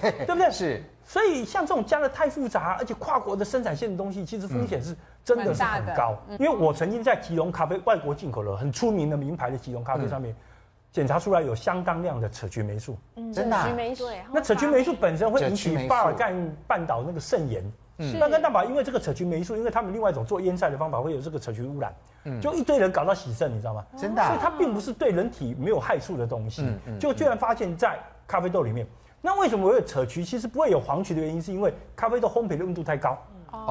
C: 对不对？
A: 是，
C: 所以像这种加的太复杂，而且跨国的生产线的东西，其实风险是真的是很高。因为我曾经在吉隆咖啡外国进口了很出名的名牌的吉隆咖啡上面，检查出来有相当量的扯菊霉素。
A: 真的啊
D: 曲霉素
B: 哦
G: 对，
C: 那扯菊霉素本身会引
A: 扯菊霉
C: 起
A: 素
C: 巴尔干半岛那个肾炎。
A: 嗯
D: 是
C: 那跟蛋白因为这个扯菊霉素，因为他们另外一种做腌菜的方法会有这个扯菊污染，就一堆人搞到洗肾，你知道吗？
A: 嗯真的啊嗯
C: 所以它并不是对人体没有害处的东西，就居然发现在咖啡豆里面。那为什么会有扯菊？其实不会有黄曲的原因，是因为咖啡豆烘焙的温度太高，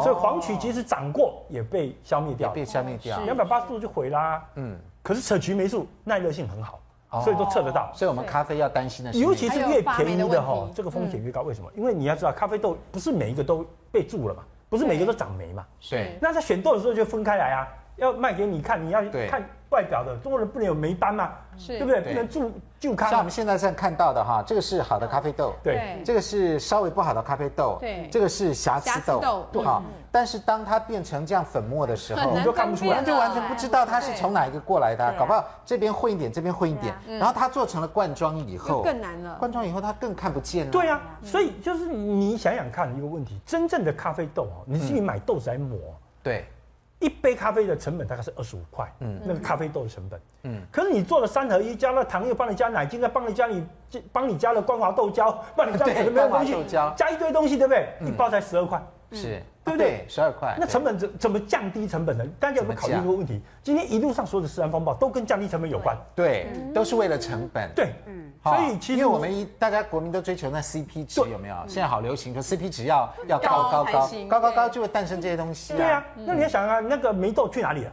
C: 所以黄曲即使长过也被消灭
A: 哦也
C: 掉了
A: 被，消灭掉。
C: 两百八十度就毁啦。
A: 嗯，
C: 可是扯菊霉素耐热性很好，
A: 哦
C: 所以都测得到。
A: 所以我们咖啡要担心的是，
C: 尤其是越便宜的
G: 还有发霉的
C: 哈
G: 问题，嗯
C: 这个风险越高。为什么？因为你要知道，咖啡豆不是每一个都被蛀了嘛，不是每个都长霉嘛。
A: 对
C: 那在选豆的时候就分开来啊，要卖给你看，你要
A: 对
C: 看外表的，中国人不能有霉斑嘛，
D: 是
C: 对不对？
A: 对
C: 不能蛀蛀
A: 像我
C: 咖
A: 们。现在在看到的哈，这个是好的咖啡豆，
C: 对，
A: 这个是稍微不好的咖啡豆，
D: 对
A: 这个是瑕疵豆，
D: 瑕疵豆
A: 好。但是当它变成这样粉末的时候
C: 你，都看不出
A: 我们
C: 来。
A: 就完全不知道它是从哪一个过来的啊、搞不好这边混一点，这边混一点，然后它做成了罐装以后，
B: 更难了
A: 罐装以后它更看不见了。
C: 对啊，所以就是你想想看一个问题，真正的咖啡豆哦，你自
A: 嗯
C: 己买豆子来磨，
A: 对，
C: 一杯咖啡的成本大概是二十五块，那个咖啡豆的成本，
A: 嗯
C: 可是你做了三合一，加了糖，又帮你加奶精，再帮你加你帮你加了光华豆浆， (laughs) 帮你加
A: 对
C: 什么样的东
A: 光华
C: 西
A: 豆嗯浆，
C: 加一堆东西，对不对？一包才十二块，
A: 是，
C: 嗯
A: 啊
C: 对不对
A: 十二块，
C: 那成本怎怎么降低成本呢？大家有没有考虑
A: 哎怎
C: 这
A: 么
C: 个问题？今天一路上所有的食安风暴都跟降低成本有关，
A: 对，都是为了成本。
C: 对，
A: 哈，
C: 所以其实
A: 因为
C: 我
A: 我们一大家国民都追求那 CP 值
C: 对
A: 有没有？现在好流行，说 CP 值要要高
D: 嗯高
A: 高
D: 才
A: 高
D: 行
A: 高高
D: 对
A: 高，就会诞生这些东西
C: 对啊，那你要想啊，那个霉豆去哪里了？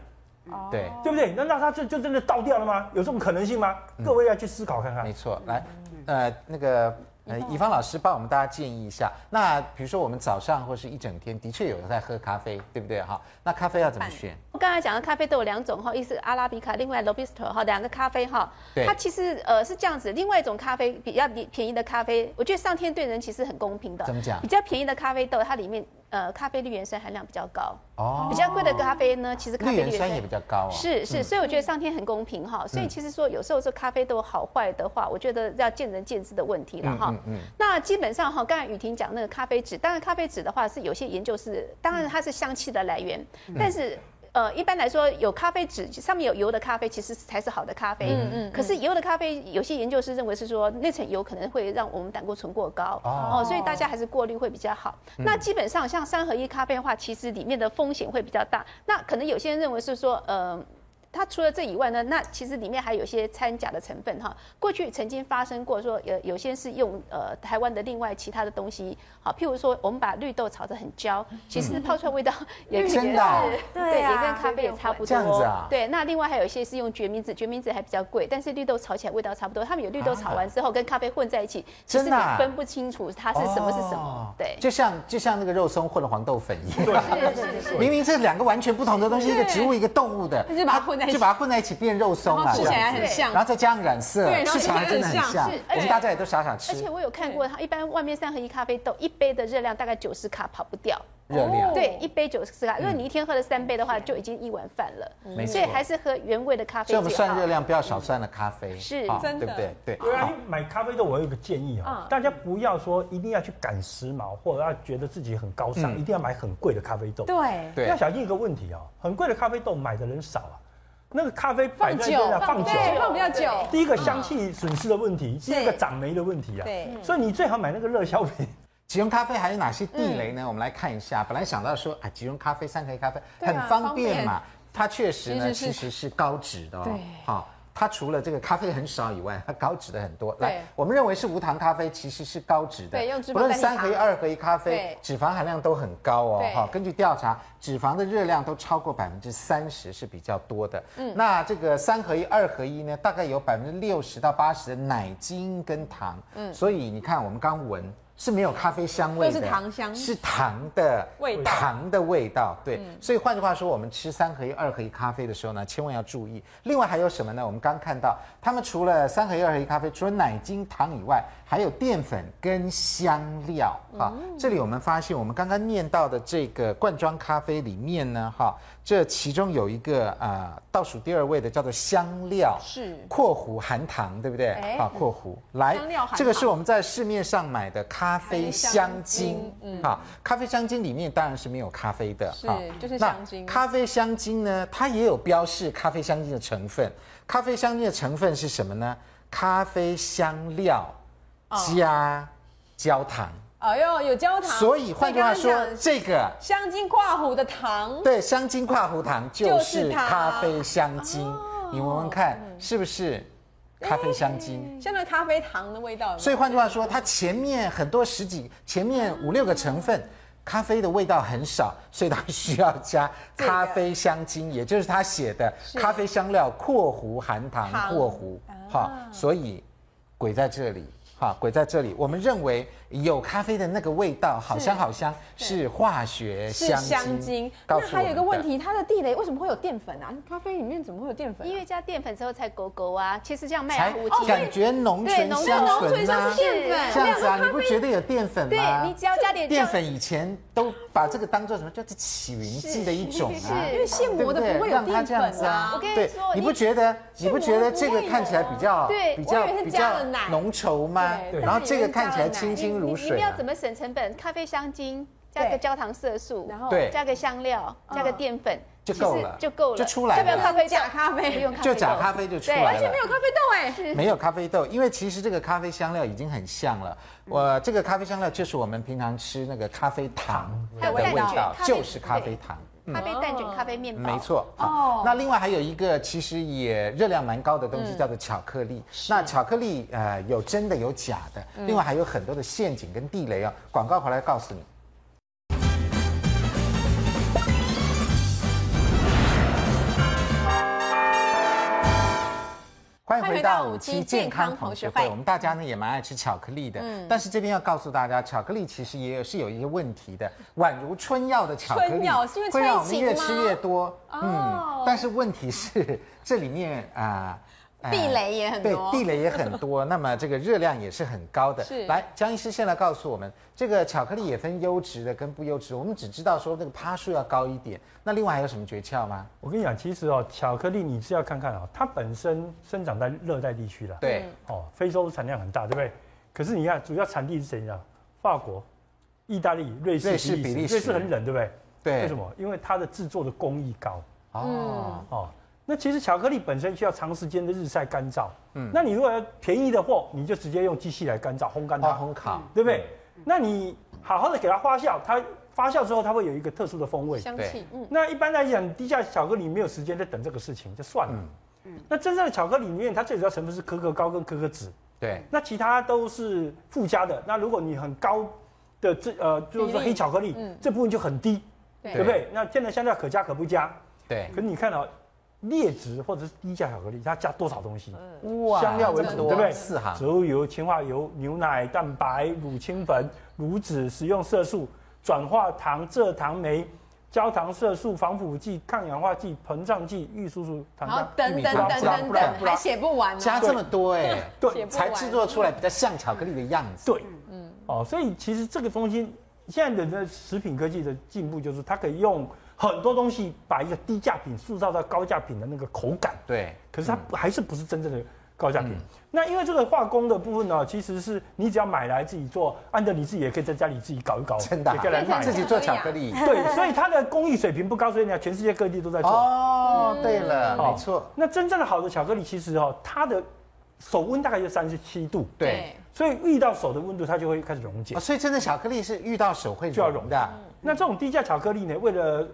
D: 啊
A: 对，
D: 哦
C: 对不对？那那它就就真的倒掉了吗？有这种可能性吗？
A: 嗯
C: 各位要去思考看看
A: 没。错，来，
D: 嗯
A: 呃，那个。呃，乙方老师帮我们大家建议一下。那比如说，我们早上或是一整天，的确有人在喝咖啡，对不对哈？那咖啡要怎么选？
D: 我刚才讲的咖啡豆有两种哈，一是阿拉比卡，另外 Robusta 哈，两个咖啡哈
A: 对。
D: 它其实呃是这样子，另外一种咖啡比较便便宜的咖啡，我觉得上天对人其实很公平的。
A: 怎么讲
D: 比较便宜的咖啡豆，它里面呃咖啡绿原酸含量比较高。
A: 哦
D: 比较贵的咖啡呢，其实咖
A: 绿
D: 啡
A: 原酸也比较高哦。嗯
D: 是是，所以我觉得上天很公平哈，所以其实说有时候说咖啡豆好坏的话，我觉得要见仁见智的问题了
A: 嗯
D: 哈。那基本上哈，刚才雨婷讲那个咖啡脂，当然咖啡脂的话是有些研究是，当然它是香气的来源，但是。呃，一般来说，有咖啡脂上面有油的咖啡，其实才是好的咖啡。嗯嗯。可是油的咖啡，有些研究是认为是说那层油可能会让我们胆固醇过高
A: 哦
D: 哦嗯所以大家还是过滤会比较好。那基本上像三合一咖啡的话，其实里面的风险会比较大。那可能有些人认为是说，呃。它除了这以外呢，那其实里面还有一些掺假的成分哈。过去曾经发生过说，有有些是用呃台湾的另外其他的东西，好，譬如说我们把绿豆炒得很焦，其实泡出来
A: (laughs)
D: 味道也跟
A: 嗯真的啊
E: 对啊
D: 也跟咖啡也差不多。
A: 这样子啊
D: 对，那另外还有一些是用决明子，决明子还比较贵，但是绿豆炒起来味道差不多。他们有绿豆炒完之后跟咖啡混在一起，其实
A: 啊真
D: 你
A: 的啊
D: 分不清楚它是什么是什么
A: 哦。
D: 对，
A: 就像就像那个肉松混了黄豆粉一样。
D: 是是
A: 明明是两个完全不同的东西，一个植物，一个动物的，
B: 就把它混在一起
A: 就把它混在一起变肉松
B: 然
A: 啊，
B: 后吃起来很
A: 这样
B: 像
A: 然后再加上染色
B: 对，然后
A: 吃起来真的很
B: 吃起来
A: 像
B: 很像是，
A: 我
D: 而
A: 们
D: 且
A: 大家也都傻傻吃
D: 而，且我有看过，它一般外面三合一咖啡豆一杯的热量大概九十卡跑不掉。
A: 热量
B: 哦嗯
D: 对，一杯九十卡，因为你一天喝了三杯的话，就已经一碗饭
A: 没
D: 了，
A: 错
D: 所以还是喝原味的咖啡
A: 所以我们
D: 最
A: 算
D: 好
A: 热。量不要少算了咖啡，
D: 是
A: 好
B: 真的
A: 对不对？对，
C: 对啊
A: 好，
C: 买咖啡豆我有一个建议哦，大家不要说一定要去赶时髦，或者要觉得自己很高尚，
A: 嗯
C: 一定要买很贵的咖啡豆。
B: 对，
A: 对
C: 要小心一个问题哦，很贵的咖啡豆买的人少啊，那个咖啡摆在那啊放久，
B: 对，放比较久，
C: 第一个香气损失的问题，第二个长霉的问题啊，
B: 对，
C: 所以你最好买那个热销品。
A: 即溶咖啡还有哪些地雷
B: 嗯
A: 呢？我们来看一下。本来想到说，啊，即溶咖啡、三合一咖啡
B: 对啊
A: 很方便嘛
B: 方，
A: 它确实呢，
B: 其实
A: 其
B: 是
A: 实是高脂的哦
B: 对。
A: 好，它除了这个咖啡很少以外，它高脂的很多。
B: 对
A: 来，我们认为是无糖咖啡，其实是高脂的。
B: 对用脂肪
A: 不论
B: 代替
A: 三合一、
B: 糖
A: 二合一咖啡
B: 对，
A: 脂肪含量都很高哦
B: 对。
A: 哈，根据调查，脂肪的热量都超过百分之三十是比较多的。嗯，那这个三合一、二合一呢，大概有百分之六十到八十的奶精跟糖。嗯，所以你看，我们刚闻。是没有咖啡香味的，
B: 都是糖香
A: 是糖的
B: 味道嗯
A: 糖的味道。对，所以换句话说，我们吃三合一、二合一咖啡的时候呢，千万要注意。另外还有什么呢？我们刚看到，他们除了三合一、二合一咖啡，除了奶精、糖以外，还有淀粉跟香料。哈、
B: 嗯
A: 这里我们发现，我们刚刚念到的这个罐装咖啡里面呢，哈，这其中有一个呃。倒数第二位的叫做香料，
B: 是
A: 括弧含糖，对不对？
B: 哎
A: 啊，括弧来
B: 香料含，糖
A: 这个是我们在市面上买的咖啡香精，啊，咖啡香精里面当然是没有咖啡的，
B: 嗯是
A: 啊
B: 就是
A: 那
B: 香精
A: 咖啡香精呢，它也有标示咖啡香精的成分，咖啡香精的成分是什么呢？咖啡香料加焦糖。
B: 哎呦，有焦糖，
A: 所以换句话
B: 所以
A: 说
B: 刚刚，讲
A: 这个
B: 香精跨虎的糖，
A: 对香精跨壶糖就
B: 就是哦嗯
A: 是
B: 它
A: 咖啡香精，你闻闻看是不是咖啡香精？
B: 像那咖啡糖的味道有没有，
A: 所以换句话说，它前面很多十几，前面五六个成分。咖啡的味道很少，所以它需要加
B: 这个
A: 咖啡香精，也就是他写的咖啡香料（括弧含糖
B: 糖）啊
A: 括弧。哈，所以鬼在这里，哈，鬼在这里。我们认为有咖啡的那个味道，好香好香，是化学
B: 是
A: 香精。
B: 香精。
A: 告
B: 那
A: 诉
B: 还有一个
A: 我们
B: 问
A: 的
B: 题，它的地雷为什么会有淀粉啊？咖啡里面怎么会有淀粉啊、
D: 因为加淀粉之后才狗狗啊，其实像麦
A: 才
D: 芽
B: 哦
D: 糊精，
A: 感觉浓
D: 对
A: 醇
D: 浓
A: 香
D: 浓
A: 醇
B: 醇
A: 呐、
B: 香是淀粉
A: 这样子啊，你不觉得有淀粉
D: 对
A: 吗
D: 你？只要加
A: (laughs)
D: 点
A: 淀粉以前都把这个当做什么叫做起云剂的一种
D: 是
A: 啊，
B: 因为现磨的
A: 对
B: 不
A: 不
B: 会
A: 对？
B: 有
A: 让它
B: 淀
A: 这样
B: 粉
A: 子
B: 啊。
A: 啊
D: 我，跟你
A: 对
D: 说，
A: 你
D: 你
A: 不觉得你不觉得这个
B: 不会有
A: 看起来比较
D: 对
A: 比较
B: 我以为是
A: 比
B: 加
A: 较
B: 了奶
A: 浓稠吗
B: 对？
A: 然后这个
B: 但是里面
A: 看起
B: 加了
A: 来
B: 奶
A: 清清如
D: 你你们
A: 水
D: 要
A: 啊，
D: 怎么省成本？咖啡香精加
B: 对
D: 个焦糖色素，
B: 然后嗯
A: 对
D: 加个香料，加个淀粉，
A: 就
D: 其实
A: 够了
D: 就够了，
A: 就出来了
D: 要不要咖啡豆
B: 假咖啡
D: 不用咖啡
A: 就
D: 豆，
A: 假咖啡就出
D: 对
A: 来了，
D: 而且
B: 没有咖啡豆哎、
A: 没有咖啡豆，因为其实这个咖啡香料已经很像了。我、这个咖啡香料就是我们平常吃那个咖啡糖的
D: 还有
A: 味
D: 蛋卷
A: 道
D: 咖，啡
A: 就是咖啡糖。
B: 嗯
D: 咖啡蛋卷、咖啡面包，
A: 没。错，好。那另外还有一个其实也热量蛮高的东西，叫做巧克力。那巧克力呃有真的有假的，另外还有很多的陷阱跟地雷哦。广告回来告诉你。欢迎回到五期健康同学会。我们大家呢也蛮爱吃巧克力的，但是这边要告诉大家，巧克力其实也有是有一些问题的，宛如春药的巧克力，
B: 春药是因为
A: 会让我们
B: 催情
A: 越吃
B: 吗
A: 越多。嗯，但是问题是这里面啊。呃
G: 地雷也很
A: 对
G: 多，
A: 地雷也很多，那么这个热量也是很高的。
B: 是
A: 来，江医师先来告诉我们，这个巧克力也分优质的跟不优质，我们只知道说那个趴数要高一点，那另外还有什么诀窍吗？
C: 我跟你讲，其实哦，巧克力你是要看看哦，它本身生长在热带地区啦，
A: 对，
C: 哦，非洲产量很大，对不对？可是你看，主要产地是谁呢？法国、意大利、瑞士、
A: 瑞士比利时
C: 瑞士很冷，对不对？
A: 对
C: 为什么？因为它的制作的工艺高
A: 哦，
C: 哦。那其实巧克力本身需要长时间的日晒干燥，嗯，那你如果要便宜的货，你就直接用机器来干燥烘干它，
A: 花哦烘嗯烤，
C: 对不对？那你好好的给它发酵，它发酵之后它会有一个特殊的风味，
B: 香
A: 对
B: 气，嗯，
C: 那一般来讲，低价巧克力没有时间在等这个事情，就算了。
A: 嗯
C: 那真正的巧克力里面，它最主要成分是可可膏跟可可脂，
A: 对，
C: 那其他都是附加的。那如果你很高的这呃，就是说黑巧克力，这部分就很低，
B: 嗯对
C: 对不对？那天然香料可加可不加，
A: 对，
C: 可是你看到、劣质或者是低价巧克力，它加多少东西？
B: 嗯
A: 哇
C: 香料为
A: 这么
C: 主，
A: 多
C: 对不对？
A: 四行
C: 植物油、氢化油、牛奶、蛋白、乳清粉、乳脂、食用色素、转化糖、蔗糖酶、焦糖色素、防腐剂、抗氧化剂、膨胀剂、玉苏素糖
B: 然后
C: 苷。
B: 等等等等
A: 不然
B: 等，
C: 不然
B: 还写不完啊呢、
A: 加这么多哎、
B: 写
C: 对
B: 不
A: 才
B: 完
A: 制作出来比较像巧克力的样子。
C: 对，嗯，哦，所以其实这个东西，现在人的食品科技的进步，就是它可以用很多东西把一个低价品塑造到高价品的那个口感。
A: 对，嗯
C: 可是它不还是不是真正的高价品。那因为这个化工的部分呢，其实是你只要买来自己做，按照你自己也可以在家里自己搞一搞，
A: 真的啊、
C: 也可以来卖
A: 自。己做巧克力。
C: 对，所以它的工艺水平不高，所以呢，全世界各地都在做。
A: 哦，对了，
C: 哦
A: 没错，
C: 那真正的好的巧克力，其实哦，它的手温大概就三十七度，
A: 对。
C: 所以遇到手的温度，它就会开始溶解
A: 哦，。所以真的巧克力是遇到手会
C: 就要
A: 融
C: 融
B: 嗯
A: 的，
C: 那这种低价巧克力呢，为了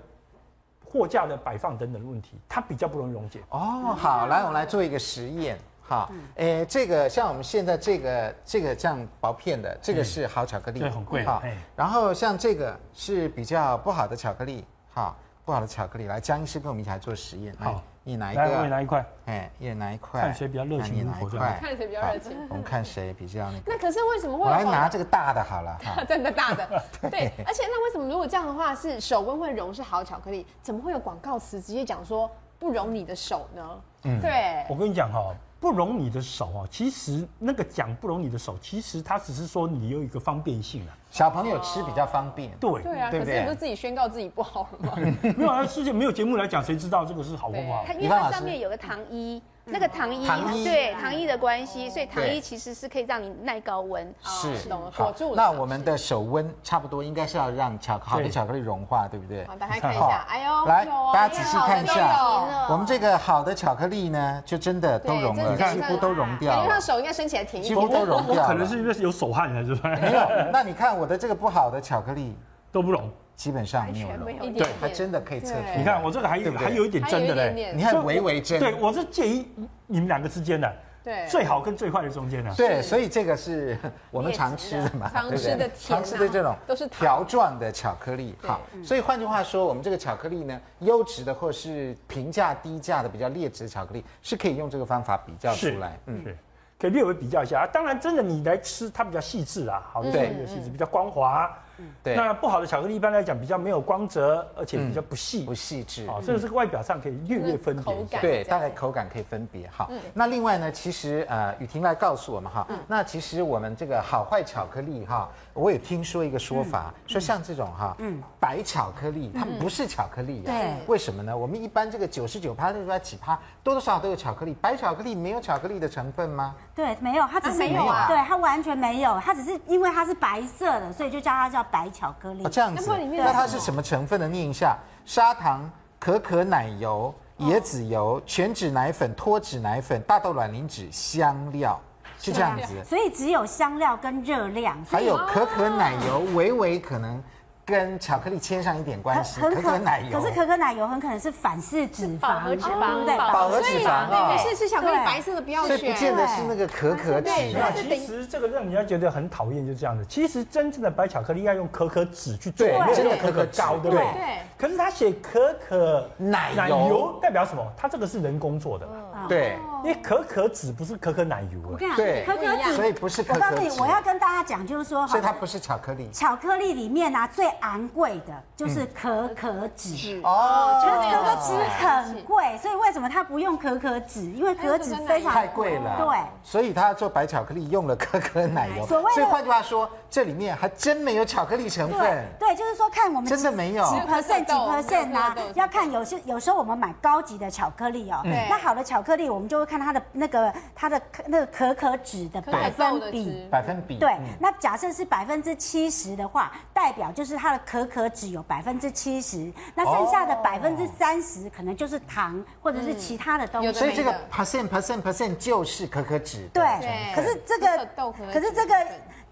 C: 货架的摆放等等的问题，它比较不容易溶解。
A: 哦，好，来，我们来做一个实验。好，
B: 嗯
A: 诶，这个像我们现在这个这个这样薄片的，这个是好巧克力，
C: 嗯对很贵
A: 好
C: 哎
A: 然后像这个是比较不好的巧克力，好，不好的巧克力，来，江医师跟我们一起来做实验。来
C: 好，
A: 你拿一
C: 来，我也
A: 个，
C: 拿一块。
A: 哎，一人拿一块，
C: 看谁比较热情
A: 那你拿一
C: 如火
A: 块，
B: 看谁比较热情
A: 好。我们看谁比较那个。
B: 那可是为什么会
A: 我来
B: 有
A: 拿这个大的好了哈。
B: (laughs) 真的大的，
A: (laughs)
B: 对，而且那为什么如果这样的话是手温会融是好巧克
A: 嗯
B: 力，怎么会有广告词直接讲说不融你的手呢？对，
C: 我跟你讲哈、不容你的手哦，其实那个讲不容你的手，其实它只是说你有一个方便性啊。
A: 小朋友吃比较方便。
C: 对，
B: 对啊，
A: 对
B: 可
A: 不
B: 是
A: 对
B: 你不是自己宣告自己不好了吗？
C: 没有啊，世界没有节目来讲，谁知道这个是好或不好
D: 它？因
A: 李
D: 为
A: 芳
D: 它
A: 老
D: 上
A: 师
D: 面有个糖衣，那个糖
A: 嗯
D: 衣
A: 糖衣哦
D: 对糖衣的关系，所以糖
A: 对
D: 衣其实是可以让你耐高温。
A: 哦是
B: 懂了
A: 好
B: 火住了
A: 那我们的手温差不多应该是要让巧克好的
C: 对
A: 巧克力融化，对不对？ (laughs)
B: 好，打开看一下
A: 好，
B: 哎呦，
A: 来
B: 有哦
A: 大家仔细看一下
B: 有哦
G: 哦
A: 我们这个好的巧克力呢，就真的都
B: 对
A: 融
B: 真的
A: 了，
B: 感
A: 几
B: 觉
A: 乎都融
B: 感
A: 掉
B: 觉
A: 了
B: 上。手应该伸起来挺
A: 几
B: 一
A: 乎
B: 点。
A: 都
C: 我
A: 融
C: 我
A: 掉了
C: 可能是因为有手汗了，是吧？
A: 没有，那你看我的这个不好的巧克力，
C: (laughs) 都不容。
A: 基本上没有
D: 全没有
A: 融，
B: 一点
A: 对，
B: 点
A: 还真的可以测出来。
B: 对
C: 你看我这个还有
A: 对不对
C: 还有一点真
B: 还
C: 的
B: 有一
C: 嘞，
B: 点点
A: 你看微微真，
C: 对我是介于你们两个之间的，
B: 对
C: 最好跟最坏的中间啊的。
A: 对，所以这
B: (laughs)
A: 个是我们常吃的嘛，
B: 常
A: 对不对
B: 吃的甜啊
A: 常吃的这种
B: 都是糖嗯
A: 条状的巧克力。好，所以换句话说，我们这个巧克力呢，优质的或是平价低价的比较劣质的巧克力，是可以用这个方法比较出来。嗯，
C: 是，可以略微比较一下。啊当然，真的你来吃它比较细致啊，好的巧克力比较细致，比较光滑。
A: 嗯
B: 嗯
A: 对
C: 那不好的巧克力一般来讲比较没有光泽，而且比较不细
A: 嗯不。细致。
C: 啊，这个是外表上可以略略分别
B: 嗯口
C: 一下。
B: 感
A: 对，
B: 这
A: 大
B: 样嗯
A: 概口感可以分别哈。那另外呢，其实呃，雨婷来告诉我们哈，那其实我们这个好坏巧克力哈，我也听说一个说法，
B: 嗯
A: 说像这种哈，白巧克力它不是巧克力啊，
E: 对
A: 为什么呢？我们一般这个九十九趴、六十八几趴，多多少少都有巧克力，白巧克力没有巧克力的成分吗？
E: 对，没有，它只是
B: 啊没有啊
E: 对，它完全没有，它只是因为它是白色的，所以就叫它叫白巧克力
A: 哦，。这样子
B: 那不然里，面有
A: 那它是什么成分的？念一下：砂糖、可可奶油、
B: 哦
A: 椰子油、全脂奶粉、脱脂奶粉、大豆卵磷脂、香料，是这样子。
E: 所以只有香料跟热量，所
A: 还
E: 以
A: 有可可奶油，微微可能跟巧克力牵上一点关系。可可奶油，
E: 可是可可奶油很可能是反式脂肪，哦
D: 饱和脂肪
E: 对不对？
D: 饱
A: 饱和脂肪啊
B: 没，事吃巧克力
E: 对
B: 白色的不要
A: 所以
B: 选
A: 不，见得是那个可可脂
B: 对
A: 啊
B: 它。是
C: 其实这个让人家觉得很讨厌，就是这样的。其实真正的白巧克力要用可可脂去做，
A: 对
C: 没有
A: 真的
C: 用可可
A: 可可脂
C: 膏，对不对
E: 对？
B: 对
C: 可是他写可可
A: 奶油
C: 代表什么？它这个是人工做的，
B: 嗯
A: 对
C: 因为可可脂不是可可奶油啊
E: 我。跟你
A: 对
E: 讲，可嗯可脂，
A: 所以不是可可
E: 我告
A: 脂
E: 诉你，我要跟大家讲，就是说，
A: 所以它不是巧克力。
E: 巧克力里面啊，最昂贵的
A: 嗯
E: 就是可可脂。
A: 哦，
E: 可是可可脂很贵，所以为什么它不用可可脂？因为可可脂非常
A: 太贵了，
E: 对，
A: 所以他做白巧克力用了可可奶油，
E: 所谓的
A: 所以换句话说，这里面还真没有巧克力成
E: 对
A: 分，
E: 对，就是说看我们
A: 真的没有
E: 几 percent 几
B: 没有
E: percent 啊
B: 没有，
E: 要看有些有时候我们买高级的巧克力哦，
A: 嗯
E: 那好的巧克力我们就会看它的那个它的那个可可脂的百分比。
A: 百分比。
E: 对
A: 嗯，
E: 那假设是百分之七十的话，代表就是它的可可脂有百分之七十，那剩下
A: 哦
E: 的百分之三十可能就是糖或者是其他的东
B: 有
E: 西
B: 的。
A: 所以这个
B: 没
A: percent percent percent 就是可可脂的
E: 对
A: 成分。，
E: 可是这个
B: 豆可，
E: 可是这个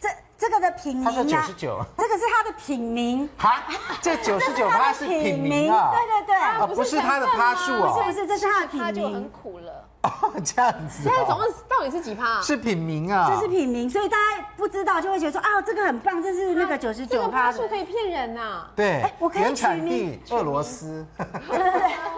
E: 这这个的品名
A: 他
E: 啊，
A: 说99
E: 这个是它的品名，
A: 哈，这九十九趴是品名啊，
E: 对对
A: 啊，
E: 对，
A: 不是它的
B: 啊
A: 趴数哦
E: 是，不是？这是它的
D: 它
E: 品
D: 就很
E: 名，
D: 苦了，
A: 哦 (laughs) 这样子
B: 现在总
A: 哦，
B: 共到底是几趴啊？
A: 是品名啊，
E: 这是品名，所以大家不知道就会觉得说啊，这个很棒，这是那个九十
B: 这
E: 九
B: 个
E: 趴
B: 趴
E: 的
B: 数。可以骗人呐。
A: 对
E: 哎我，可以
A: 原产
E: 取
A: 地
E: 名
A: 俄罗
E: (laughs)
A: 斯，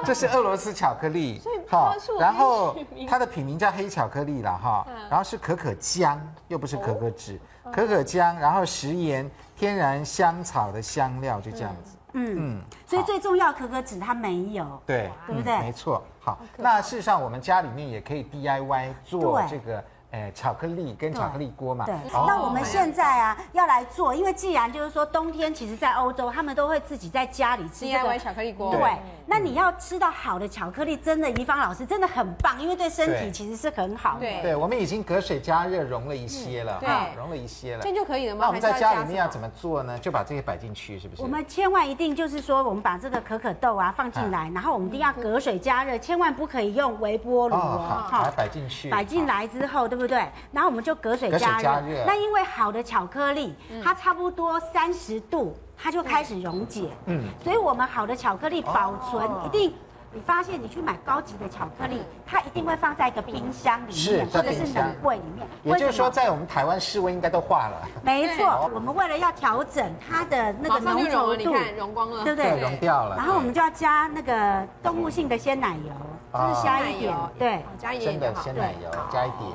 A: 这是俄罗斯巧克力，
B: 花束可以
A: 然后
B: 取名
A: 它的品名叫黑巧克力了哈，
E: 嗯
A: 然后是可可浆，又不是可可脂，
E: 哦
A: 可可浆，然后食盐、天然香草的香料，就这样子，
E: 嗯，所以最重要可可脂它没有，
A: 对，
E: 对不
A: 嗯
E: 对
A: 没错，好，那事实上我们家里面也可以 DIY 做
E: 对
A: 这个，呃，巧克力跟巧克力锅嘛
E: 对，，
A: 哦
E: 那我们现在啊要来做，因为既然就是说冬天，其实在欧洲他们都会自己在家里吃这个
B: DIY 巧克力锅，
E: 对，那你要吃到好的巧克力，真的，怡芳老师真的很棒，因为对身
A: 对
E: 体其实是很好的。
B: 对
A: 对，我们已经隔水加热融了一些了，
B: 哎嗯对
A: 哈，融了一些了，
B: 这样就可以了吗
A: 那我们在
B: 还是要
A: 家里
B: 加
A: 面
B: 什
A: 要
B: 么
A: 怎么做呢？就把这些摆进去，是不是？
E: 我们千万一定就是说，我们把这个可可豆啊放进
A: 嗯
E: 来，然后我们一定要隔水加热，千万不可以用微波炉哦
A: 哦，，好，把它
E: 哈。
A: 摆进去，
E: 摆进来之后，对不对？然后我们就隔水加
A: 隔水加热
E: 热。那因为好的巧克力，
B: 嗯
E: 它差不多三十度，它就开始溶解。嗯，所以我们好的巧克
A: 哦
E: 力保存一定。你发现你去买高级的巧克力，它一定会放在一个冰箱里面，
A: 是
E: 或者
A: 在
E: 是
A: 冰箱
E: 冷柜里面。
A: 好。也就是说，
E: 为什么
A: 在我们台湾室温应该都化了，
E: 没错
A: 对，
E: 我们为了要调整它的那
B: 马
E: 个
B: 上
E: 浓
B: 就融
E: 稠
B: 了，你
E: 度，
B: 看融光了，
E: 对不对
A: 对，融掉了。
E: 然后我们
A: 就
E: 就要加那个动物性的鲜奶油，
A: 啊
E: 就是加一点
B: 奶油，
E: 对，
B: 加一点
A: 真
B: 就
A: 的
B: 好
A: 鲜。奶油加一点，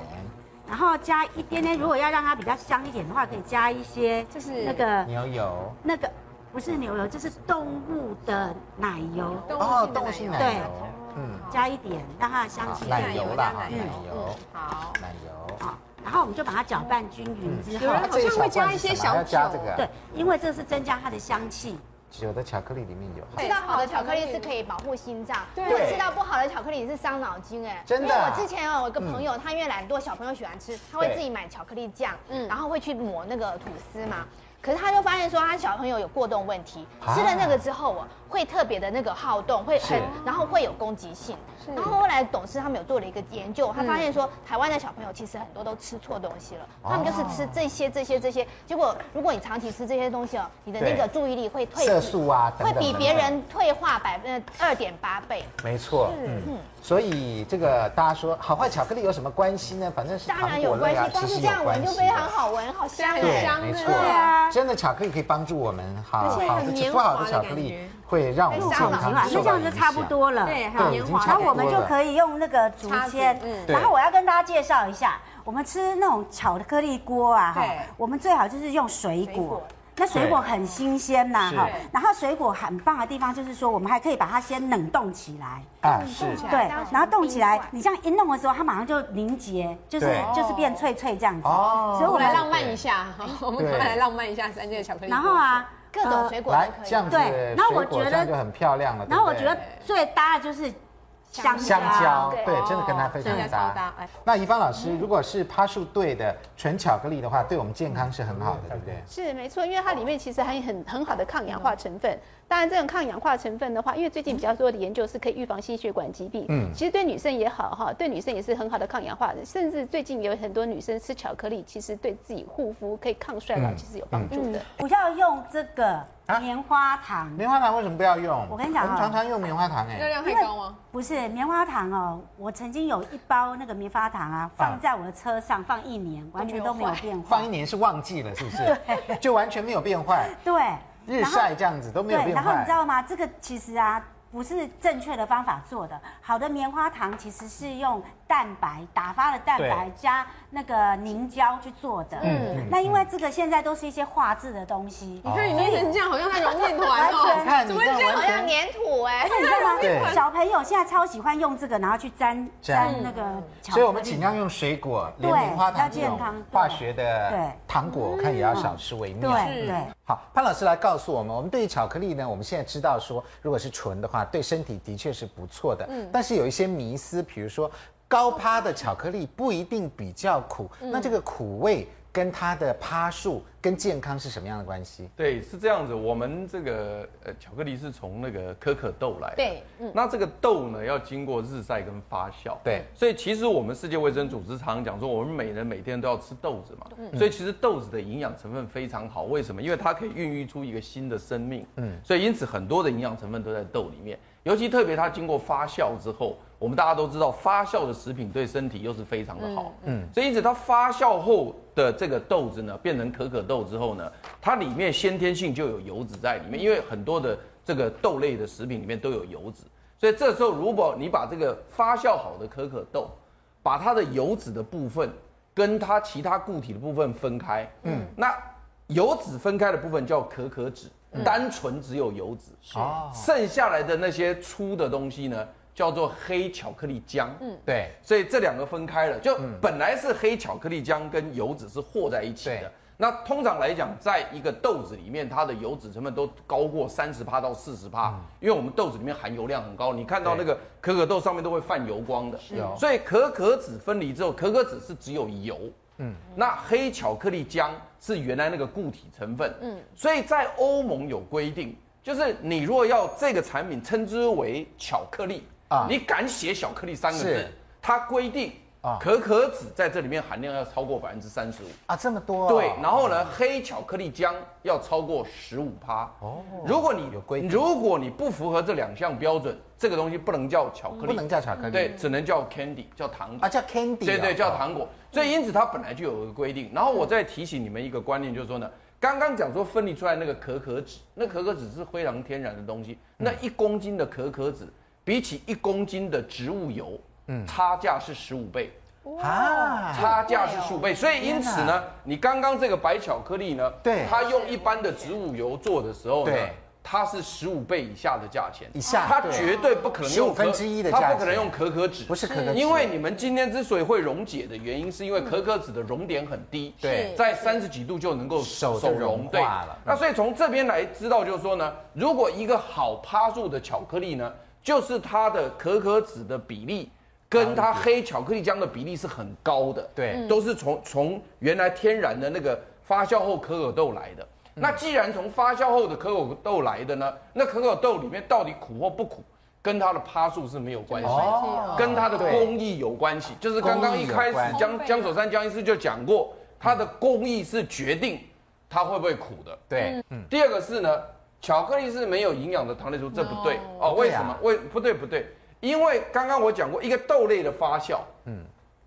E: 然后加一点点，如果要让它比较香一点的话，可以加一些，
B: 就是
E: 那个
A: 牛油，
E: 那个不是牛油，就是动物的奶油，
B: 动物性的奶油
A: 哦动物性奶油，嗯
E: 加一点，让它的香气
A: 啊奶油啦，哈，
B: 奶油嗯
A: 奶油，
B: 好，
A: 奶油。
E: 啊，然后我们就把它搅拌均匀之
B: 嗯有
E: 后
B: 人，好像会加一些小
A: 要加这
B: 酒
A: 个
E: 对
A: 啊，，
E: 因为这是增加它的香气。
A: 有的巧克力里面有。
G: 吃到好的巧克力是可以保护心脏，
B: 对
G: 如果吃到不好的巧克力是伤脑筋哎。
A: 真的
G: 因为我之前哦有一个朋友，他因为懒惰，小朋友喜欢吃，他会
A: 对
G: 自己买巧克力酱，
B: 嗯
G: 嗯，然后会去抹那个吐司嘛。可是他就发现说，他小朋友有过动问题，
A: 啊
G: 吃了那个之后啊，会特别的那个好动，会很，然后会有攻击性。然后后来董事他们有做了一个研究，他发现说，台湾的小朋友其实很多都吃错东西了，
A: 哦
G: 他们就是吃这些这些这些，结果如果你长期吃这些东西哦，你的那个
A: 对
G: 注意力会退
A: 色
G: 避
A: 素啊等
G: 会
A: 等
G: 比
A: 等
G: 别
A: 等
G: 人退化百分之二点八倍。
A: 没错，嗯，所以这个大家说好坏巧克力有什么关系呢？反正是
G: 当然
A: 糖
G: 有
A: 果
G: 关
A: 类啊
G: 系，，光
A: 其
G: 是
A: 实
G: 这样
A: 有关
G: 闻
A: 系
G: 就
A: 的
G: 非常好闻，好香
B: 香
A: 对
G: 哎！
B: 香
A: 没错
B: 对
E: 啊
A: 真的巧克力可以帮助我们，好
B: 而且
A: 好
B: 很
A: 的
B: 绵
A: 吃不好
B: 滑的
A: 的巧克
B: 感
A: 力
B: 觉
A: 会让我们
G: 哎
A: 健
G: 香
A: 康
G: 肠
E: 那
A: 受
E: 这
A: 到
E: 样
A: 影
E: 就
A: 响。
E: 差不多了。
B: 对，啊还有
A: 对，已
B: 棉
A: 经
B: 花
A: 差
E: 然
A: 不多
E: 后我
A: 了。
E: 们就可以用那个竹
B: 叉子
E: 签，
B: 嗯
E: 然后我要跟大家介绍一下，我们吃那种巧克力锅啊，哈
B: 对，
E: 我们最好就是用水
G: 水
E: 果
G: 果。
E: 那水果很新鲜呐，
A: 是
E: 哈，然后水果很棒的地方就是说，我们还可以把它先冷冻起来，
A: 啊，是
E: 对
G: 当，成
E: 然后冻起来
G: 冰块，
E: 你这样一弄的时候，它马上就凝结，就是
A: 对
E: 就是变脆脆这样子。
A: 哦
E: 所以
B: 我
E: 我
B: 们来哎
E: 们，
B: 浪漫一下，我们赶快来浪漫一下三件巧克力。
E: 然后，啊，
G: 各种水果
A: 来
G: 都可以
A: 这。样子，
E: 对
A: 水
E: 然后
A: 果
E: 我觉得
A: 这样就很漂亮了。
E: 然后我
A: 对
E: 觉
A: 不对
E: 得啊最搭的就是香蕉，
A: 香蕉，
G: 对
A: 对，真的跟它非常
B: 真的超搭
A: 搭
B: 哎。
A: 那怡芳老师，如果是趴树队的纯巧克力的话，对我们健康是很好的，对不对？
D: 是没错，因为它里面其实还有很很好的抗氧化成分。当然，这种抗氧化成分的话，因为最近比较多的研究是可以预防心血管疾病，
A: 嗯
D: 嗯，其实对女生也好哈，对女生也是很好的抗氧化的。甚至最近有很多女生吃巧克力，其实对自己护肤可以抗衰老，
A: 嗯
D: 其实有帮助的。
E: 不要用这个
A: 啊
E: 棉花糖。
A: 棉花糖为什么不要用？
E: 我跟你讲
A: 我
E: 啊
A: 们常常用棉花糖
B: 热
A: 哎，
B: 量太高吗？
E: 不是棉花糖哦，我曾经有一包那个棉花糖啊，放在我的车上放一年，完全都没有变
A: 放
E: 化
A: 一。年是忘记了，是不
E: (laughs)
A: 是？就完全没有变坏，
E: 对，
A: 日
E: 然后
A: 晒这样子都没有
E: 对，
A: 变
E: 然后你
A: 坏
E: 知。道吗？这个其实啊，不是正确的方法做的。好的棉花糖其实是用蛋白打发的蛋白加那个凝胶去做的。
A: 嗯哦
E: 嗯，那因为这个现在都是一些化制的东西。
B: 你看你捏成这样，好像在揉面团
E: 完
A: 你
E: 全
B: 哦。
A: 看你这样
G: 好
A: 完全
G: 像粘土哎、
E: 而且你知道
A: 对
E: 吗？小朋友现在超喜欢用这个，然后去沾
A: 沾嗯
E: 沾那个巧克力。
A: 所以我们尽量用水果，连
E: 对
A: 棉花糖
E: 要
A: 这
E: 健
A: 种
E: 康对
A: 化学的
E: 对
A: 糖果，我看也要少吃为妙。
E: 对对。
A: 好，潘老师来告诉我们，我们对于巧克力呢，我们现在知道说，如果是纯的话，对身体的确是不错的。嗯，但是有一些迷思，比如说高趴的巧克力不一定比较苦，那这个苦味跟它的趴数跟健康是什么样的关系？
F: 对，是这样子。我们这个呃，巧克力是从那个可可豆来的。
B: 对，
F: 那这个豆呢，要经过日晒跟发酵。
A: 对
F: 所以其实我们世界卫生组织常常讲说，我们每人每天都要吃豆子嘛。所以其实豆子的营养成分非常好，为什么？因为它可以孕育出一个新的生命。嗯，所以因此很多的营养成分都在豆里面，尤其特别它经过发酵之后。我们大家都知道，发酵的食品对身体又是非常的好，嗯，所以因此它发酵后的这个豆子呢，变成可可豆之后呢，它里面先天性就有油脂在里面，因为很多的这个豆类的食品里面都有油脂，所以这时候如果你把这个发酵好的可可豆，把它的油脂的部分跟它其他固体的部分分开，嗯，那油脂分开的部分叫可可脂，单纯只有油脂，
A: 哦，
F: 剩下来的那些粗的东西呢，叫做黑巧克力浆。嗯，
A: 对，
F: 所以这两个分开了，就本来是黑巧克力浆跟油脂是和在一起
A: 对
F: 的。那通常来讲，在一个豆子里面，它的油脂成分都高过三十帕到四十帕，因为我们豆子里面含油量很高，你看到那个可可豆上面都会泛油光的
A: 有，
F: 所以可可脂分离之后，可可脂是只有油，嗯，那黑巧克力浆是原来那个固体成分，嗯，所以在欧盟有规定，就是你如果要这个产品称之为巧克力
A: 啊
F: 啊，你敢写巧克力三个字
A: 是。
F: 它规定
A: 啊
F: 可可脂在这里面含量要超过百分之三十五。
A: 啊，这么多、
F: 对，然后呢，黑巧克力浆要超过十五趴。哦，如果你
A: 有规定
F: 如果你不符合这两项标准，这个东西不能叫巧克力，
A: 不能叫巧克力
F: 对，只能叫 candy，叫糖果
A: 啊，。叫 candy，
F: 对对，
A: 哦
F: 叫糖果。所以因此它本来就有一个规定。然后我再提醒你们一个观念，就是说呢，刚刚讲说分离出来那个可可脂，那可可脂是非常天然的东西，那一公斤的可可脂比起一公斤的植物油，嗯，差价是十五倍。
A: 啊，
F: 差价是数倍，所以因此
A: 天哪
F: 呢，你刚刚这个白巧克力呢，
A: 对
F: 它用一般的植物油做的时候呢
A: 对，
F: 它是十五倍以下的价钱，
A: 以下
F: 它
A: 对
F: 绝对不可能用
A: 15分
F: 可
A: 之一的价
F: 它
A: 钱
F: 不可能用可可脂，
A: 不是可可脂
F: 因为你们今天之所以会溶解的原因，是因为可可脂的熔点很低，
A: 嗯对
F: 在三十几度就能够
A: 手就
F: 手
A: 融
F: 溶，
A: 化
F: 对
A: 了嗯
F: 那所以从这边来知道，就是说呢，如果一个好趴数的巧克力呢，就是它的可可脂的比例。跟它黑巧克力浆的比例是很高的，
A: 对嗯
F: 都是从从原来天然的那个发酵后可可豆来的。那既然从发酵后的可可豆来的呢，那可可豆里面到底苦或不苦，跟它的趴数是没有关系的，
A: 哦
F: 跟它的
A: 对
F: 工艺有关系。就是刚刚一开始
A: 工艺有关
F: 江江守山江医师就讲过，它的工艺是决定它会不会苦的。
A: 对，嗯，
F: 第二个是呢，巧克力是没有营养的糖类素，这不对哦。为什么？为不对不对，因为刚刚我讲过，一个豆类的发酵，嗯，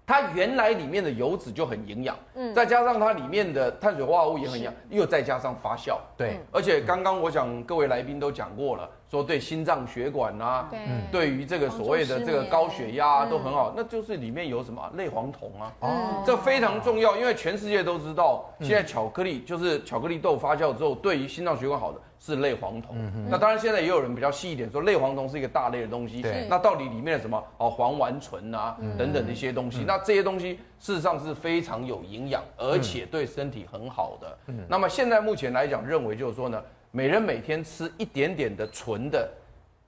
F: 它原来里面的油脂就很营养，嗯，再加上它里面的碳水化合物也很营养，又再加上发酵，
A: 对
F: 而且刚刚我想各位来宾都讲过了，说对心脏血管啊，
G: 对
A: 嗯
F: 对于这个所谓的这个高血压、啊、都很好，那就是里面有什么类黄酮啊，
A: 哦，嗯
F: 这非常重要，因为全世界都知道，现在巧克力就是巧克力豆发酵之后，对于心脏血管好的是类黄酮。
A: 嗯
F: 那当然，现在也有人比较细一点说，类黄酮是一个大类的东西
A: 对。嗯
F: 那到底里面的什么哦黄烷醇啊等等的一些东西，那这些东西事实上是非常有营养，而且对身体很好的。
A: 嗯
F: 那么现在目前来讲，认为就是说呢，每人每天吃一点点的纯的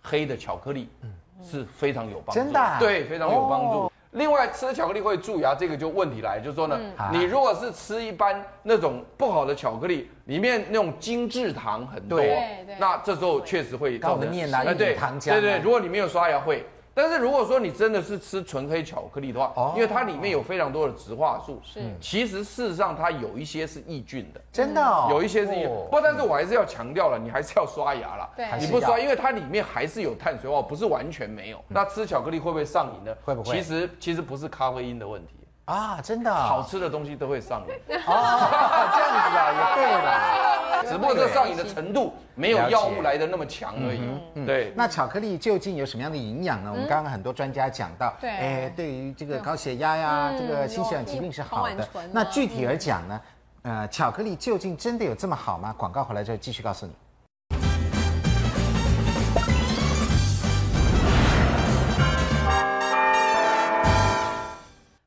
F: 黑的巧克力，
A: 嗯
F: 是非常有帮助。
A: 真的啊
F: 对，非常有帮助。另外，吃巧克力会蛀牙，这个就问题来，就是说呢，
A: 嗯
F: 你如果是吃一般那种不好的巧克力，里面那种精制糖很多
A: 对
G: 对，
F: 那这时候确实会
A: 高
F: 造
A: 的
F: 成
A: 面啊
F: 哎对
A: 一点糖浆啊
F: 对对，如果你没有刷牙会。但是如果说你真的是吃纯黑巧克力的话，
A: 哦
F: 因为它里面有非常多的植化素，是，其实事实上它有一些是抑菌的，
A: 真的哦，
F: 有一些是一样，
A: 哦
F: 不过但是我还是要强调了，你还是要刷牙啦。
G: 对还
A: 是
F: 你不
A: 要嗯
F: 刷，因为它里面还是有碳水化合物，不是完全没有。那吃巧克力会不会上瘾呢？
A: 会不会
F: 其实其实不是咖啡因的问题，
A: 啊，真的好
F: 好吃的东西都会上
A: (laughs)
F: 瘾，
A: 哦，这样子啊，也对啦。
F: 只不过这上瘾的程度没有药物来的那么强而
A: 嗯
F: 已。对，
A: 那巧克力究竟有什么样的营养呢？我们刚刚很多专家讲到，
G: 对
A: 哎，嗯对嗯于这个高血压呀，这个心血管疾病是好
G: 有
A: 的
G: 黄烷醇啊。
A: 那具体而讲呢，呃，巧克力究竟真的有这么好吗？广告回来之后继续告诉你。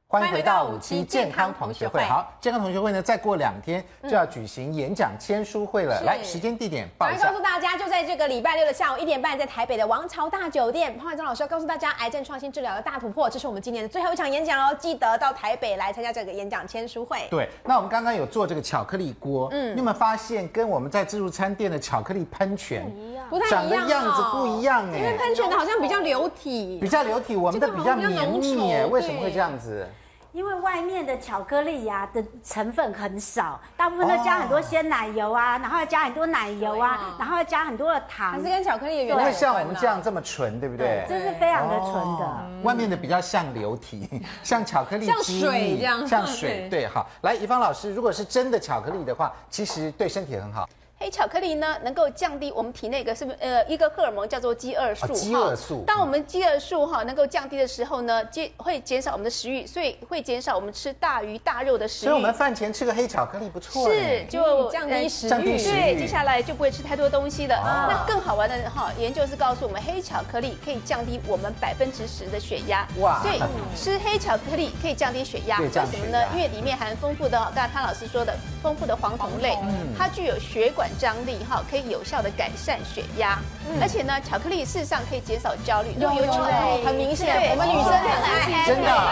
A: 欢迎回到五期健康同学会。嗯好，健康同学会呢，再过两天就要举行演讲签书会了。
B: 是
A: 来，时间地点报
B: 赶
A: 一
B: 快
A: 下
B: 告。诉大家，就在这个礼拜六的下午一点半，在台北的王朝大酒店，潘怀忠老师要告诉大家癌症创新治疗的大突破，这是我们今年的最后一场演讲哦，记得到台北来参加这个演讲签书会。
A: 对，那我们刚刚有做这个巧克力锅，嗯，你有没有发现跟我们在自助餐店的巧克力喷泉
B: 不太
A: 长
B: 一
A: 得
B: 样哦
A: 样子不一样
B: 因为
A: 哎，
B: 喷泉的好像比较流体
A: 比，较流体，我们的
B: 哦这个
A: 比
B: 好
A: 较
B: 像比较
A: 绵
B: 浓
A: 密哎，
B: 稠
A: 为什么会
B: 对
A: 这样子？
E: 因为外面的巧克力呀、的成分很少，大部分都加很多鲜奶油啊，然后要加很多奶油啊，
B: 对啊
E: 然后要加很多的糖，
B: 还是跟巧克力的原
A: 不
B: 料
A: 会
B: 有
A: 像我
B: 关
A: 们
B: 啊
A: 这样这么纯，对不对？
E: 这是非常的纯的。
A: 哦外面的比较像流体， (laughs) 像巧克力
B: 嗯像
A: 基
B: 水
A: 液
B: 这样
A: 像
B: (laughs)
A: 水，对，好。来，怡芳老师，如果是真的巧克力的话，其实对身体很好。
D: 黑巧克力呢，能够降低我们体内一个是不是呃一个荷尔蒙叫做饥饿素
A: 啊
D: 哈。
A: 饥饿素
D: 当我们饥饿素哈能够降低的时候呢，减会减少我们的食欲，所以会减少我们吃大鱼大肉的食
A: 所
D: 欲。
A: 以我们饭前吃个黑巧克力不错哎
D: 是
A: 嘞，
D: 就
B: 嗯
D: 呃
B: 降低食欲
A: 降低食欲啊
D: 对，接下来就不会吃太多东西了。那更好玩的哈，研究是告诉我们，黑巧克力可以降低我们百分之十的血压。
A: 哇
D: 哇！所以吃黑巧克力可以降低血压，
A: 对
D: 为
A: 降
D: 什么
A: 血
D: 呢
A: 压？
D: 因为里面含丰富的哈，刚才潘老师说的丰富的黄酮类，
A: 嗯
D: 它具有血管张力哈，可以有效的改善血压。
A: 嗯
D: 而且呢，巧克力事实上可以减少焦虑，如果有巧克力
B: 很明显，
D: 对
B: 我们女生很爱，
A: 真的啊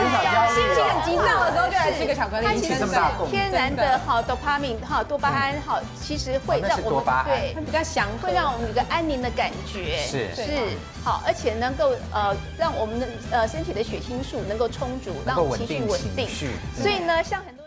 A: 减少焦虑
B: 心情
A: 了
B: 很急躁的时候就来吃个巧克力，
D: 它其
A: 引
D: 实
A: 起这
D: 是
A: 么大共鸣
D: 天然的哈多巴胺哈多巴胺哈，其实会
A: 哦那
D: 让
A: 是
D: 我
A: 多巴胺
D: 们对
B: 它比较祥和
D: 会让我们有个安宁的感觉，
A: 是
D: 是好，而且能够呃让我们的呃身体的血清素能够充足，
A: 能
D: 让
A: 够
D: 我们
A: 稳
D: 情绪
A: 定
D: 稳
A: 情
D: 定。
A: 绪。嗯
D: 所以呢，像很多